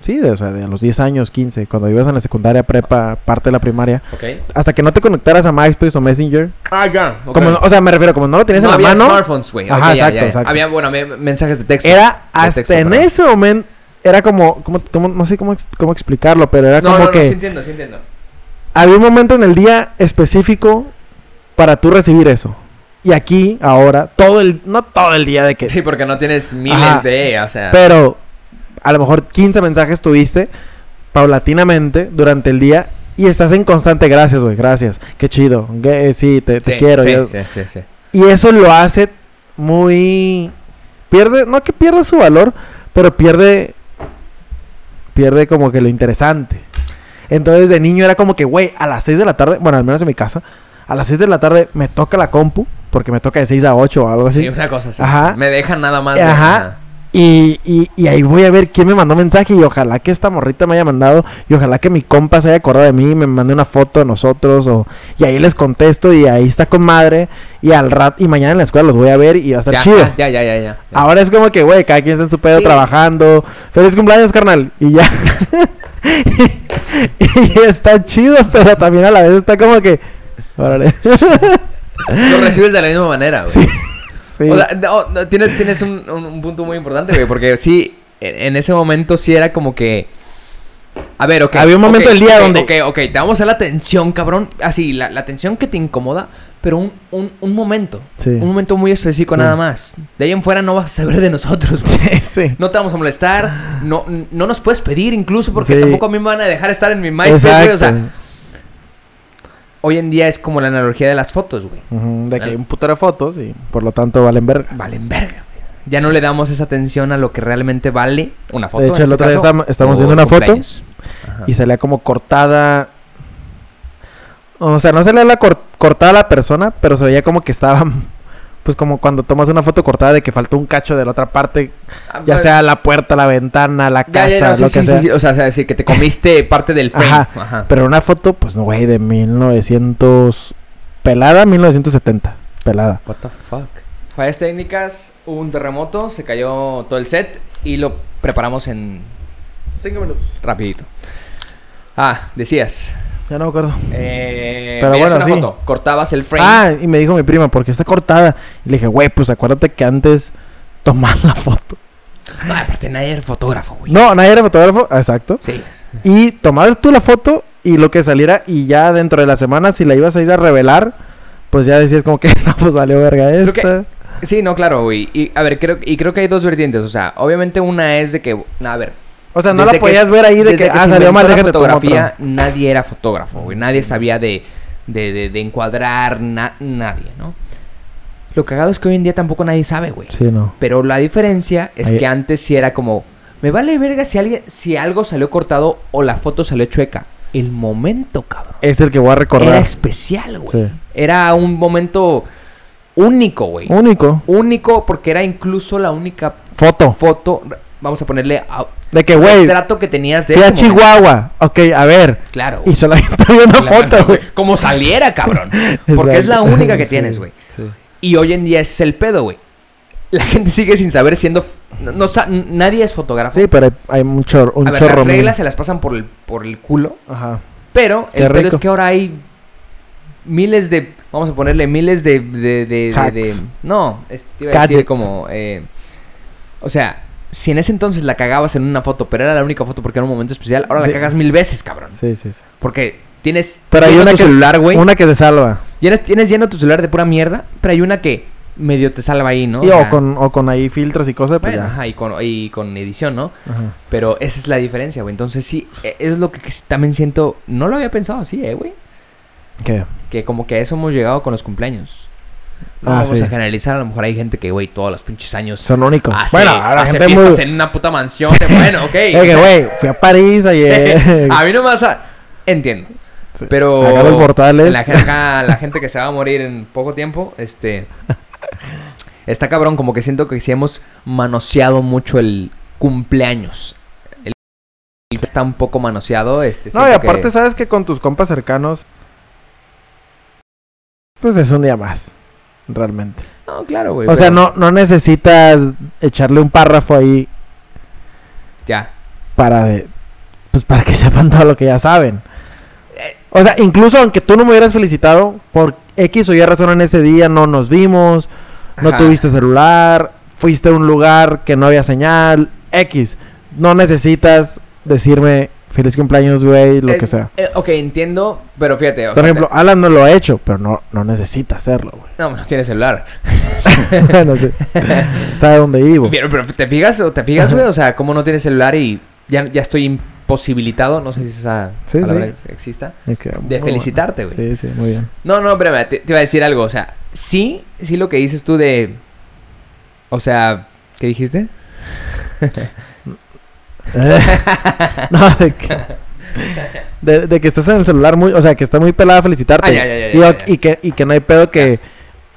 sí, de, o sea, de a los 10 años, 15, cuando ibas en la secundaria, prepa, parte de la primaria,
Ok.
hasta que no te conectaras a MySpace o Messenger,
Ah, ya. ok.
como no- o sea, me refiero, como no lo tenías
No
en la
había
mano,
smartphones, güey.
Ajá,
Ok, ya, ya,
exacto,
ya.
exacto.
Había, bueno, me- mensajes de texto.
era
de
hasta
texto,
en
perdón.
ese momento, era como, como, como- no sé cómo, ex- cómo explicarlo, pero era
No,
como
no,
que
no, sí entiendo, sí entiendo.
había un momento en el día específico para tú recibir eso. Y aquí, ahora, todo el, no todo el día de que,
Sí, porque no tienes miles
Eh, Ajá.
de, o sea.
pero a lo mejor 15 mensajes tuviste paulatinamente durante el día y estás en constante gracias, güey, gracias. Qué chido. gue- eh, sí, te, te
Sí,
quiero.
Sí,
ya-
sí, sí, sí.
Y eso lo hace muy pierde, no que pierda su valor, pero pierde pierde como que lo interesante. Entonces de niño era como que, güey, a las 6 de la tarde, bueno, al menos en mi casa, a las 6 de la tarde me toca la compu, porque me toca de 6 a 8 o algo así.
Sí, una cosa así.
Ajá.
Me dejan nada más. de-
Ajá. Y, y, y ahí voy a ver quién me mandó mensaje y ojalá que esta morrita me haya mandado y ojalá que mi compa se haya acordado de mí y me mande una foto de nosotros o y ahí les contesto y ahí está con madre y al rat y mañana en la escuela los voy a ver y va a estar
Ya,
chido. Ah.
Ya, ya, ya, ya. ya.
Ahora es como que, güey, cada quien está en su pedo
Sí.
trabajando. Feliz cumpleaños, carnal. Y ya. y, está chido, pero también a la vez está como que... Órale.
Lo recibes de la misma manera, güey.
Sí. Sí.
O sea, no, no, tienes, tienes un, un- un punto muy importante, güey, porque sí, en en ese momento sí era como que... A ver, ok.
Había un momento
ok,
del día
ok,
donde-
Ok, ok, te vamos a la tensión, cabrón. Así, la, la tensión que te incomoda, pero un, un, un momento.
Sí.
Un momento muy específico
Sí.
nada más. De ahí en fuera no vas a saber de nosotros, güey.
sí, sí.
No te vamos a molestar, no, no nos puedes pedir incluso porque
Sí.
tampoco a mí me van a dejar estar en mi MySpace, güey. O sea,
Exacto.
hoy en día es como la analogía de las fotos, güey.
Ujú, de que hay un putero de fotos y por lo tanto valen verga.
valen verga. güey. Ya no le damos esa atención a lo que realmente vale una foto.
De hecho,
en este
la otra vez
caso,
estam- estamos
o
viendo una foto.
cumpleaños. Ajá.
Y salía como cortada. O sea, no salía la cor- cortada la persona, pero se veía como que estaba. Pues como cuando tomas una foto cortada de que faltó un cacho de la otra parte,
Ah,
ya
bueno,
sea la puerta, la ventana, la
ya,
casa,
ya, no, sí,
lo
sí,
que
sí,
sea.
sí, O sea, es decir, que te comiste parte del frame.
Ajá.
Ajá.
Pero una foto, pues no, güey, de 1900. Pelada, 1970. Pelada.
What the fuck. Fallas técnicas, hubo un terremoto, se cayó todo el set y lo preparamos en
Cinco minutos.
rapidito. Ah, decías.
Ya no me acuerdo.
Eh,
Pero
veías
bueno,
una
sí.
foto, cortabas el frame.
Ah, y me dijo mi prima, porque está cortada. Y le dije, güey, pues acuérdate que antes tomar la foto.
No, aparte nadie era fotógrafo, güey.
No, nadie era fotógrafo, ah, exacto.
Sí.
Y tomabas tú la foto y lo que saliera, y ya dentro de la semana, si la ibas a ir a revelar, pues ya decías como que no, pues valió verga
Creo
esta.
Sí, no, claro, güey. Y a ver, creo, y creo que hay dos vertientes. O sea, obviamente una es de que. A ver,
O sea, no la
Desde
podías ver ahí de
desde
que, ah,
se
salió
inventó
mal,
la
déjate tomar
fotografía,
otra.
nadie era fotógrafo, güey. Nadie sabía de, de, de- de encuadrar, na- nadie, ¿no? Lo cagado es que hoy en día tampoco nadie sabe, güey.
Sí, no.
Pero la diferencia es
Ahí-
que antes sí era como, me vale verga si, alguien, si algo salió cortado o la foto salió chueca. El momento, cabrón.
Es el que voy a
Era
recordar.
especial, güey.
Sí.
Era un momento único, güey.
Único.
Único porque era incluso la única
Foto.
foto, vamos a ponerle, a,
De que, güey,
trato que tenías de
fui a
ese momento.
Chihuahua. Ok, a ver.
Claro.
Y
güey.
solamente había una
La
foto,
verdad,
güey.
güey. Como saliera, cabrón. Porque es la
Exacto.
única que
Sí,
tienes, güey.
sí.
Y hoy en día ese es el pedo, güey. La gente sigue sin saber siendo... f- No, no sa- nadie es fotógrafo.
Sí, pero hay, hay un chorro. Un
A ver,
chorro
las reglas
mil.
se las pasan por el, por el culo.
Ajá.
Pero
Qué
el pedo es
rico.
que ahora hay miles de... Vamos a ponerle miles de... de, de- de- de-
Hacks.
no, es- te iba a decir
Gadgets.
como... eh, o sea, si en ese entonces la cagabas en una foto, pero era la única foto porque era un momento especial, ahora
Sí.
la cagas mil veces, cabrón.
Sí, sí, sí.
Porque tienes...
Pero hay
lleno
una
tu
que-
celular, güey.
Una que te salva.
Tienes, tienes lleno tu celular de pura mierda, pero hay una que medio te salva ahí, ¿no?
Y o
Ajá.
con, o con ahí filtros y cosas, pues
Bueno,
ya.
ajá, y con, y con edición, ¿no?
Ajá.
Pero esa es la diferencia, güey. Entonces sí, e- es lo que que también siento... No lo había pensado así, ¿eh, güey?
¿Qué?
Que como que a eso hemos llegado con los cumpleaños. No
Ah,
vamos
sí.
a generalizar, a lo mejor hay gente que, güey, todos los pinches años
Son únicos.
hace,
bueno, ahora
hace
gente es
fiestas
muy.
en una puta mansión. de, bueno, ok.
Eh, que, güey, fui a París ayer.
a mí no me vas a... Entiendo.
Sí.
Pero...
Acá los mortales.
La, gen- acá la gente que se va a morir en poco tiempo, este... Está cabrón, como que siento que sí hemos manoseado mucho el cumpleaños. El, el- está un poco manoseado, este...
No, y
siento que-
aparte, sabes que con tus compas cercanos. Pues es un día más. Realmente.
No, claro, güey.
O sea,
pero
no, no necesitas echarle un párrafo ahí
Ya.
para de, pues para que sepan todo lo que ya saben. O sea, incluso aunque tú no me hubieras felicitado por X o Y razón en ese día, no nos vimos, no
Ajá.
tuviste celular, fuiste a un lugar que no había señal, X. No necesitas decirme feliz cumpleaños, güey, lo
Eh,
que sea.
eh, ok, entiendo, pero fíjate. o
Por
sea,
ejemplo, Alan no lo ha hecho, pero no, no necesita hacerlo, güey.
te- no, no tiene celular.
no sé. Sabe dónde vivo.
Pero, pero te fijas, o te fijas, güey, o sea, cómo no tiene celular y ya, ya estoy imposibilitado, no sé si esa
Sí,
palabra
sí.
ex- exista,
Me queda muy
de
bueno.
felicitarte, güey.
Sí, sí, muy bien.
No, no, pero te, te iba a decir algo, o sea, sí, sí lo que dices tú de, o sea, ¿qué dijiste?
Eh. No, de que, de, de que estás en el celular muy, o sea, que está muy pelada felicitarte.
Ah, ya, ya, ya,
y,
ya,
o-
ya.
y que, y que no hay pedo que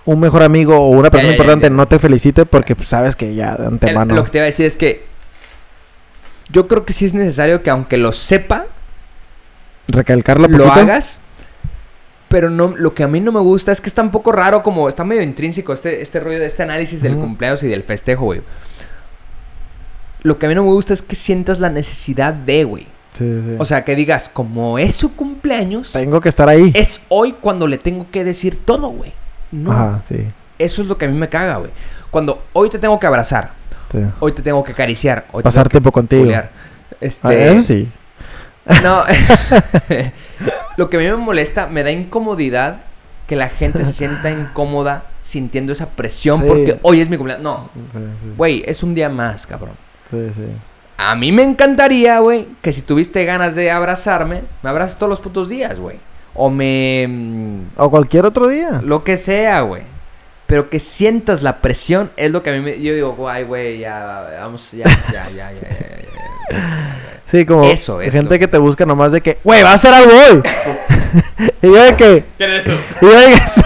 un mejor amigo o una persona
ya, ya,
importante
ya.
no te felicite porque pues, sabes que ya de
El-
antemano.
Lo que te iba a decir es que yo creo que sí es necesario que aunque lo sepa,
Recalcarlo
lo
poquito.
hagas. Pero no, lo que a mí no me gusta es que es tan poco raro como está medio intrínseco este, este rollo de este análisis del
Ujú.
cumpleaños y del festejo, güey. Lo que a mí no me gusta es que sientas la necesidad de, güey.
Sí, sí, sí.
O sea, que digas, como es su cumpleaños,
tengo que estar ahí.
es hoy cuando le tengo que decir todo, güey. No.
Ajá, sí.
Eso es lo que a mí me caga, güey. Cuando hoy te tengo que abrazar,
sí.
hoy te tengo que acariciar, hoy
Pasar
te tengo
tiempo
que
contigo.
culear. Este,
Ah, eso sí.
no. lo que a mí me molesta, me da incomodidad que la gente se sienta incómoda sintiendo esa presión
Sí.
porque hoy es mi cumpleaños. No,
Sí, sí,
güey, es un día más, cabrón.
sí, sí.
A mí me encantaría, güey, que si tuviste ganas de abrazarme, me abrazas todos los putos días, güey. O me... mm,
O cualquier otro día.
Lo que sea, güey. Pero que sientas la presión es lo que a mí me... Yo digo, ay, güey, ya, vamos, ya, ya, ya, ya, ya, ya, ya, ya, ya".
Sí, como
Eso es
gente
lo-
que te busca nomás de que, güey, va a hacer algo hoy. y yo de que,
¿Quién eres tú?
Y yo dije, sí.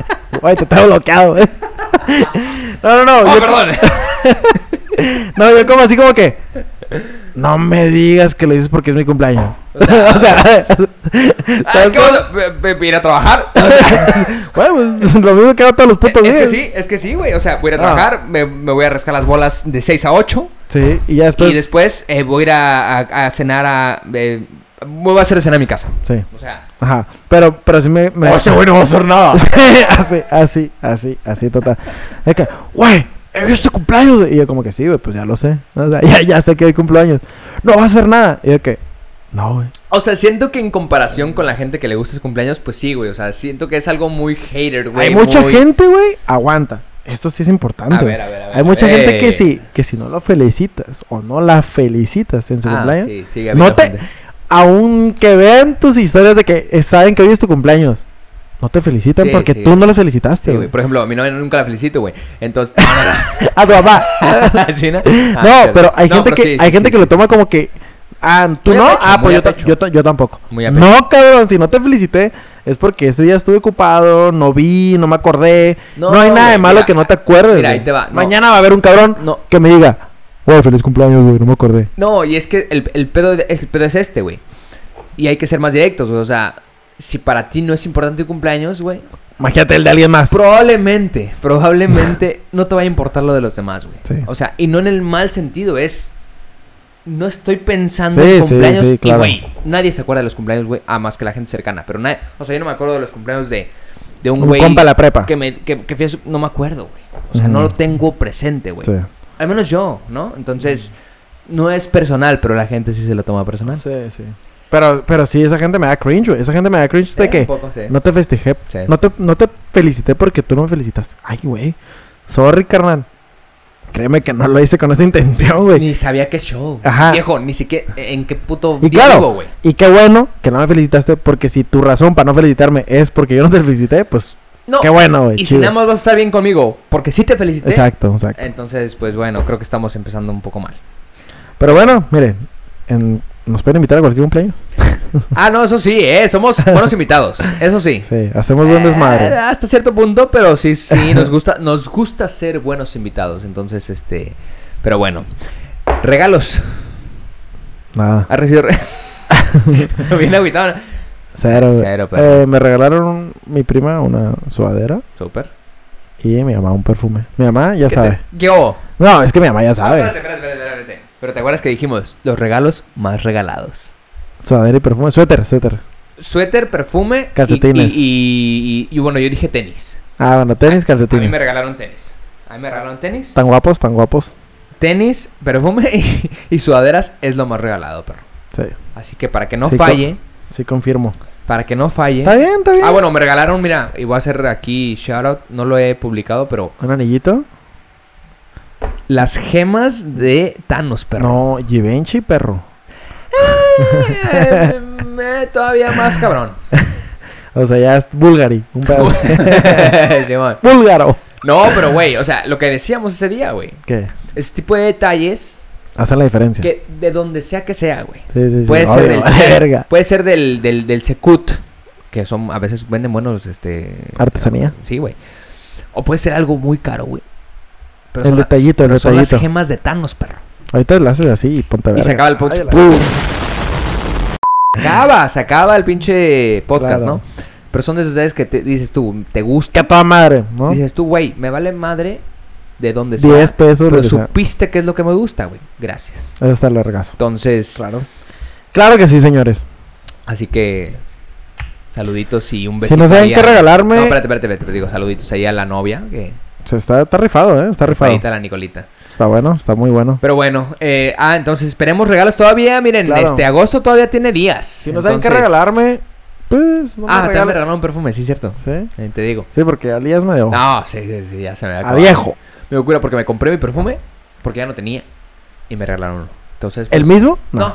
Güey, te tengo bloqueado, güey. No, no, no.
Oh,
yo,
perdón.
no, yo como así como que. No me digas que lo dices porque es mi cumpleaños. o sea,
Ah,
¿sabes
¿qué
cómo?
vas a- ve- ve- ve- ir a trabajar?
Güey, pues, lo mismo que hago todos los putos
es
días.
que sí, es que sí, güey. O sea, voy a ir a
Ah.
trabajar, me, me voy a rascar las bolas de 6 a 8
Sí, y ya después.
y después eh, voy a ir a, a- a cenar a... eh, me voy a hacer de cenar a mi casa.
Sí,
O sea...
ajá. Pero, pero sí me. me...
bueno, va a hacer nada.
Sí, así, así, así, así, total. Es que, güey, he visto cumpleaños. Y yo, como que sí, güey, pues ya lo sé. O sea, ya, ya sé que hay cumpleaños. No vas a hacer nada. Y yo, que, no, güey.
O sea, siento que en comparación con la gente que le gusta sus cumpleaños, pues sí, güey. O sea, siento que es algo muy hater, güey.
Hay mucha
muy-
gente, güey. Aguanta. Esto sí es importante.
A
güey.
ver, a ver, a ver.
Hay mucha gente
Eh.
que sí, que si no lo felicitas o no la felicitas en su
Ah,
cumpleaños,
sí, sigue
No
habiendo
te-
gente.
aunque vean tus historias de que eh, saben que hoy es tu cumpleaños, no te felicitan
Sí,
porque
sí,
tú
güey.
no los felicitaste,
Sí,
güey. Ah,
güey. Por ejemplo, a mi novia nunca la felicito, güey. Entonces...
A tu papá.
¿Sí, no? Ah,
no,
cierto.
pero hay
No,
gente
pero
que
sí,
hay
sí,
gente
sí,
que
sí,
lo
sí,
toma
sí.
como que ah, tú
Muy a
no,
pecho,
ah,
muy
pues
a
yo, ta-
pecho.
yo, ta- yo tampoco.
Muy a
No, cabrón, si no te felicité es porque ese día estuve ocupado, no vi, no me acordé. No,
No,
hay nada de
güey,
malo
mira,
que no te acuerdes.
mira,
güey.
ahí te va, no.
Mañana va a haber un cabrón
No.
que me diga, "Güey, feliz cumpleaños, güey, no me acordé."
No, y es que el, el pedo, de- es, el pedo es este, güey. Y hay que ser más directos, güey. O sea, si para ti no es importante tu cumpleaños, güey,
Imagínate el de alguien más.
probablemente, probablemente no te va a importar lo de los demás, güey.
Sí.
O sea, y no en el mal sentido, es. No estoy pensando
Sí,
en
sí,
cumpleaños
sí,
y,
claro.
güey, nadie se acuerda de los cumpleaños, güey, a más que la gente cercana. Pero nadie. O sea, yo no me acuerdo de los cumpleaños de, de un
un
güey.
compa de la prepa.
que, me, que, que fui a su- No me acuerdo, güey. O sea, no
Ujú.
lo tengo presente, güey.
Sí.
Al menos yo, ¿no? Entonces, no es personal, pero la gente sí se lo toma personal.
sí, sí. Pero, pero sí, esa gente me da cringe, güey. Esa gente me da cringe de
Eh,
que
un poco, sí.
no te festejé.
Sí.
No, te, no te felicité porque tú no me felicitaste. Ay, güey. Sorry, carnal. Créeme que no lo hice con esa intención, güey.
Ni sabía qué show.
Ajá.
Viejo, ni siquiera en qué puto
Y
día
claro.
vivo, güey.
Y qué bueno que no me felicitaste, porque si tu razón para no felicitarme es porque yo no te felicité, pues
No.
qué bueno, güey.
y si
chido.
nada más vas a estar bien conmigo, porque sí te felicité.
Exacto, exacto.
Entonces, pues bueno, creo que estamos empezando un poco mal.
Pero bueno, miren, en- nos pueden invitar a cualquier cumpleaños.
Ah, no, eso sí, eh, somos buenos invitados. Eso sí.
Sí, hacemos buen
Eh,
desmadre.
hasta cierto punto, pero sí, sí, nos gusta, nos gusta ser buenos invitados. Entonces, este. Pero bueno. Regalos.
Nada,
Ha recibido. re- Bien agüitado. ¿no?
cero. güey.
Cero, pero-
Eh, me regalaron mi prima una sudadera
Súper.
y mi mamá un perfume. Mi mamá ya
¿Qué
sabe.
te- ¿Qué hubo?
No, es que mi mamá ya
Espérate,
sabe.
espérate, espérate, espérate. Pero te acuerdas que dijimos los regalos más regalados.
Sudadera y perfume. Suéter, suéter.
Suéter, perfume y-
Calcetines.
Y, y- y- y bueno, yo dije tenis.
Ah, bueno, tenis,
A mí me
calcetines.
regalaron tenis. A mí me regalaron tenis.
Tan guapos, tan guapos.
Tenis, perfume y, y sudaderas es lo más regalado, perro.
Sí,
Así que para que no
Sí, co-
falle,
sí confirmo.
para que no falle.
Está bien, está bien.
Ah, bueno, me regalaron, mira, y voy a hacer aquí shout out, no lo he publicado, pero
¿Un anillito?
las gemas de Thanos, perro.
No, Givenchy, perro.
Eh, eh, todavía más cabrón.
O sea, ya es Bulgari. Un pedazo.
Simón.
¡Búlgaro!
No, pero güey, o sea, lo que decíamos ese día, güey.
¿Qué?
Ese tipo de detalles
Hacen la diferencia.
que de donde sea que sea, güey.
Sí, sí, sí.
Puede ser
Obvio,
del
vale verga.
puede ser del del del Secut, que son a veces venden buenos este
Artesanía.
Sí, güey. O puede ser algo muy caro, güey. Pero
El
son las-
detallito, el
pero son las
detallito.
gemas de Thanos, perro.
Ahorita lo haces así y ponte a
Y se acaba el
Ay,
podcast.
la-
¡Pum! Se acaba, se acaba el pinche podcast,
Claro.
¿no? Pero son de esos detalles que te dices tú, te
Que
gusta.
a toda madre, ¿no?
Dices tú, güey, me vale madre de dónde sea.
10 pesos, lo
Pero
que sea.
supiste qué es lo que me gusta, güey. Gracias.
Eso está el largazo.
Entonces,
Claro. Claro que sí, señores.
así que saluditos y un
Si
besito.
no saben
ahí
qué
a-
regalarme,
No, espérate, espérate, espérate, digo saluditos ahí a la novia, que
se está, está rifado, ¿eh? Está rifado.
ahorita la Nicolita.
Está bueno, está muy bueno.
Pero bueno, eh, ah, entonces esperemos regalos todavía. Miren,
Claro.
este agosto todavía tiene días.
Si no saben qué
entonces-
regalarme, pues no me
ah, también me
regalen.
regalaron un perfume, sí, cierto.
¿Sí?
Eh, te digo.
sí, porque Alías me dio.
No, sí, sí, sí, ya se me había
Oh. a
acabado.
viejo.
Me ocurre porque me compré mi perfume porque ya no tenía y me regalaron uno. Entonces,
¿El
pues,
mismo?
No.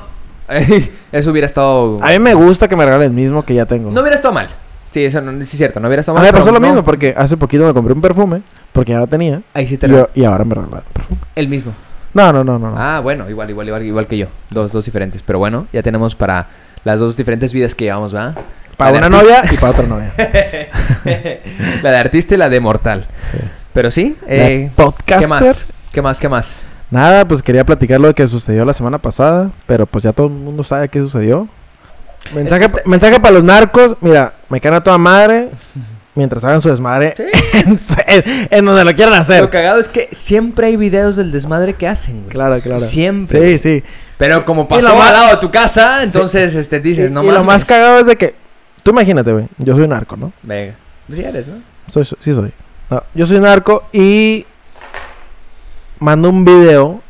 eso hubiera estado.
A mí me gusta que me regalen el mismo que ya tengo.
No hubiera estado mal. Sí, eso no, sí es cierto, no hubiera estado
a
mal.
mí me
pero
pasó lo
no.
mismo porque hace poquito me compré un perfume porque ya lo tenía
Ahí sí te
y,
regalaron
yo- y ahora me regalaron el perfume.
el mismo.
No, no, no, no. no.
Ah, bueno, igual, igual, igual, igual que yo. Dos, dos diferentes. Pero bueno, ya tenemos para las dos diferentes vidas que llevamos, ¿verdad?
para
la de
una novia y para otra novia.
la de artista y la de mortal.
Sí.
Pero sí,
La
eh,
podcaster.
¿qué más? ¿Qué más? ¿Qué más?
Nada, pues quería platicar lo que sucedió la semana pasada, pero pues ya todo el mundo sabe qué sucedió. Mensaje,
Es que está-
mensaje
es que-
para los narcos, mira, me caen a toda madre mientras hagan su desmadre en, en donde lo quieran
Lo
hacer.
cagado es que siempre hay videos del desmadre que hacen, güey.
Claro, claro.
Siempre.
Sí,
güey.
sí.
Pero como
Y lo
pasó
más-
al lado de tu casa, entonces este dices,
y,
no
y
mames.
lo más cagado es de que, tú imagínate, güey, yo soy narco, ¿no?
Venga. Pues sí eres, ¿no?
Soy, soy- sí soy. No, yo soy narco y mando un video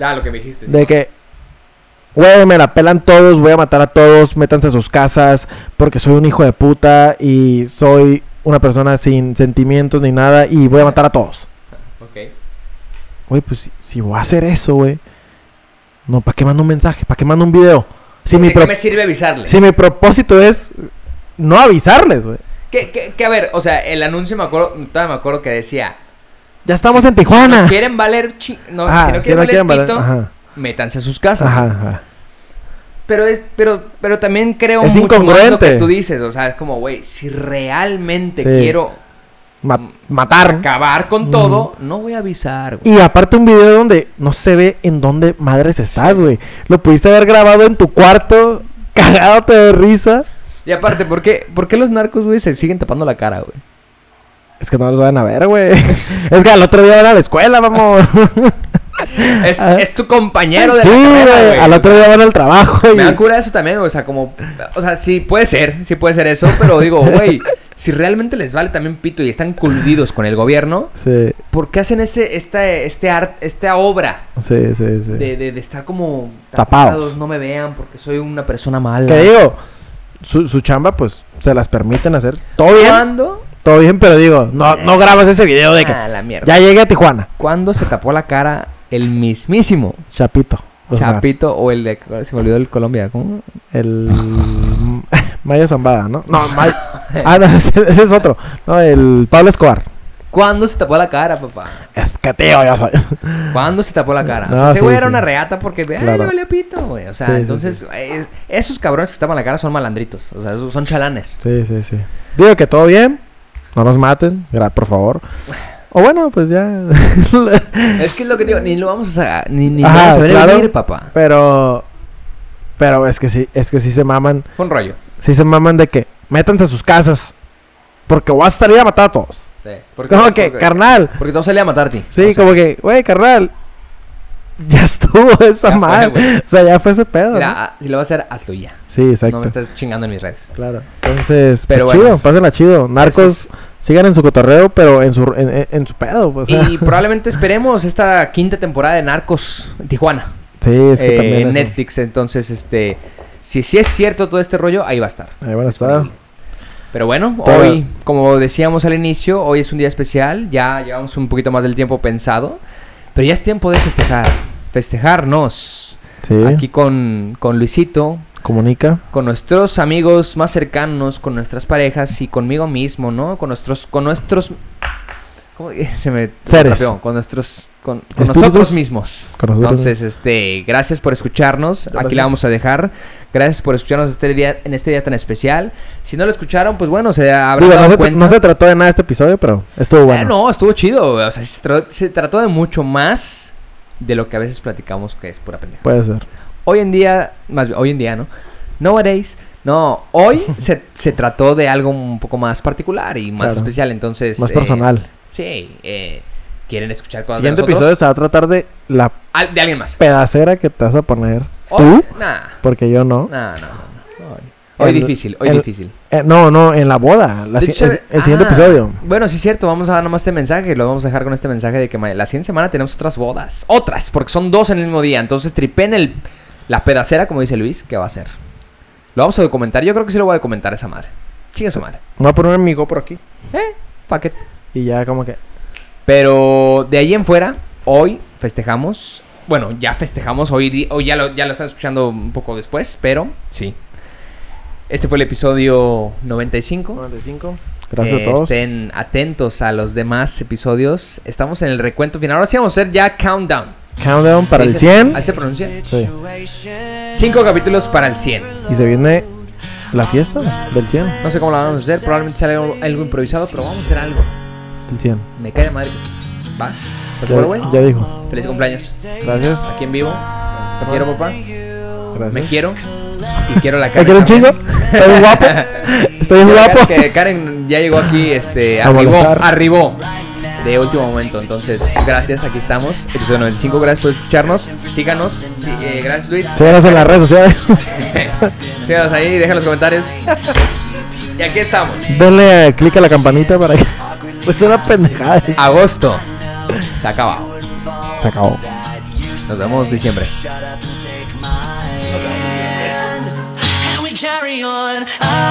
Ah, lo que me dijiste.
De que, güey, me la pelan todos, voy a matar a todos, métanse a sus casas, porque soy un hijo de puta y soy una persona sin sentimientos ni nada y voy a matar a todos.
Ok.
Güey, pues si, si voy a hacer eso, güey, no, ¿para qué mando un mensaje? ¿Para qué mando un video? Si mi,
¿De qué
pro-
me sirve avisarles?
si mi propósito es no avisarles, güey.
Que, que- que, a ver, o sea, el anuncio me acuerdo, todavía me acuerdo que decía...
Ya estamos
si-
en Tijuana.
Si no quieren valer... chi- no,
Ajá,
si no
si no
quieren
quieren
valer
valer-
pito,
ajá,
métanse a sus casas.
ajá, ajá.
Pero, es, pero, pero también creo
Es
mucho más lo que
incongruente.
tú dices. O sea, es como, güey, si realmente
Sí.
quiero
Ma- matar. Mm.
acabar con todo, no voy a avisar, güey.
Y aparte un video donde no se ve en dónde madres estás, güey. Lo pudiste haber grabado en tu cuarto, cagándote de risa.
Y aparte, ¿por qué, por qué los narcos, güey, se siguen tapando la cara, güey?
Es que no los van a ver, güey. es que al otro día van a la escuela, vamos.
Es,
Ah.
es tu compañero de
sí,
la carrera,
güey.
güey.
Al otro día van al trabajo.
Me
y-
da cura eso también, güey, o sea, como... O sea, sí puede ser, sí puede ser eso, pero digo, güey, si realmente les vale también pito y están coludidos con el gobierno,
Sí,
¿por qué hacen ese, esta, este art, esta obra
sí, sí, sí.
de, de- de estar como
Tapados.
No me vean porque soy una persona mala.
Que digo, su, su chamba, pues, se las permiten hacer. Todo bien.
¿Cuándo?
todo bien, pero digo, no, no grabas ese video de que
Ah, la mierda.
ya llegué a Tijuana.
¿Cuándo se tapó la cara el mismísimo
Chapito. Guzmán.
Chapito o el de... Se me olvidó el Colombia. ¿Cómo?
El. Maya Zambada, ¿no? No, May- Ah, no, ese, ese es otro. No, el Pablo Escobar.
¿Cuándo se tapó la cara, papá?
Es que tío, ya soy.
¿Cuándo se tapó la cara? O
No,
sea, ese
sí,
güey era
sí.
una reata porque, ay,
Claro.
le valió pito, güey. O sea,
Sí, sí,
entonces, eh, esos cabrones que se tapan la cara son malandritos. O sea, esos son chalanes.
Sí, sí, sí. Digo que todo bien. No nos maten, gra- por favor. O bueno, pues ya.
es que es lo que digo, ni lo vamos a, ni, ni lo
Ajá,
vamos a ver
claro.
venir, papá.
pero. Pero es que sí, es que sí se maman.
Fue un rollo.
Sí se maman de que métanse a sus casas. Porque vas a salir a matar a todos.
Sí.
Como que, carnal.
Porque todos salían a matarte.
Sí,
O sea,
como que, güey, carnal. Ya estuvo esa
Ya fue,
madre.
güey.
o sea, ya fue ese pedo.
Mira,
¿no?
ah, si lo vas a hacer, hazlo ya.
Sí, exacto.
No me estés chingando en mis redes.
Claro. Entonces,
Pero
pero
bueno.
chido, pásenla chido. Narcos,
Eso
sigan en su cotorreo, pero en su, en, en- en su pedo. pues, o sea.
Y probablemente esperemos esta quinta temporada de Narcos Tijuana.
Sí, es que
eh,
también.
en
eso.
Netflix. Entonces, este. Si, si es cierto todo este rollo, ahí va a estar.
Ahí van a estar.
Pero bueno,
Todo.
hoy, como decíamos al inicio, hoy es un día especial. Ya llevamos un poquito más del tiempo pensado. Pero ya es tiempo de festejar. Festejarnos.
Sí,
Aquí con, con Luisito,
comunica.
con nuestros amigos más cercanos, con nuestras parejas y conmigo mismo, ¿no? Con nuestros, con nuestros, ¿cómo que se me
Seres.
trapeó? Con nuestros, con, con
Espíritus.
nosotros mismos.
Con nosotros
Entonces, este, gracias por escucharnos. Aquí
Gracias.
la vamos a dejar. Gracias por escucharnos este día, en este día tan especial. Si no lo escucharon, pues bueno, se habrán
Digo, no,
dado
se,
cuenta.
no se trató de nada este episodio, pero estuvo
Ah,
bueno.
no, estuvo chido. O sea, se, tra- se trató de mucho más de lo que a veces platicamos que es pura pendeja
Puede ser.
hoy en día, más bien, hoy en día, ¿no? Nowadays, no, hoy se, se trató de algo un poco más particular y más
Claro.
especial, entonces...
Más
eh,
personal.
Sí, eh, ¿quieren escuchar
El
cosas
siguiente
de nosotros?
episodio se va a tratar de la
Al- de alguien más.
pedacera que te vas a poner.
Hoy-
¿Tú?
Nah,
Porque yo no.
Oh. nah, no, no, no, Hoy, hoy
El-
difícil, hoy
el-
difícil.
Eh, no, no, en la boda. la
De
si-
hecho,
el, el siguiente
ah,
episodio.
Bueno, sí es cierto, vamos a dar nomás este mensaje, lo vamos a dejar con este mensaje de que ma- la siguiente semana tenemos otras bodas. Otras, porque son dos en el mismo día, entonces tripen el, la pedacera, como dice Luis, que va a ser. Lo vamos a documentar, yo creo que sí lo voy a documentar esa madre. Chinga su madre. Eh,
Me voy a poner mi GoPro aquí.
¿Pa' qué?
Y ya como que.
Pero de ahí en fuera, hoy festejamos. Bueno, ya festejamos, hoy, di- hoy ya, lo, ya lo están escuchando un poco después, pero sí. Este fue el episodio 95.
95. Gracias
Eh,
a todos.
Estén atentos a los demás episodios. Estamos en el recuento final. Ahora sí vamos a hacer ya countdown.
Countdown para
Ahí
el
se-
100.
Ahí se pronuncia.
Sí.
Cinco capítulos para el 100.
Y se viene la fiesta del 100.
No sé cómo lo vamos a hacer. Probablemente sale algo, algo improvisado, pero vamos a hacer algo.
El 100.
Me cae de madre que sí. Va. ¿Estás de acuerdo, güey?
Ya, ya dijo.
Feliz cumpleaños.
Gracias.
Aquí en vivo. Te quiero, papá. Me
Gracias.
quiero. Y quiero la
¿Me
Karen.
quiero un chingo?
también.
¿Está bien guapo? ¿Está bien
Quiero la
guapo?
Karen, que Karen ya llegó aquí, este,
A
arribó,
molestar.
arribó de último momento. Entonces, gracias, aquí estamos. Episodio 95, gracias por escucharnos. Síganos. Sí, eh, gracias, Luis.
Síganos en las redes sociales.
Síganos ahí, dejen los comentarios. Y aquí estamos.
Denle eh, click a la campanita para que. Pues una pendejada.
Agosto. Se acaba.
Se acabó.
Nos vemos diciembre.
Shut up and take my hand. And we carry on. I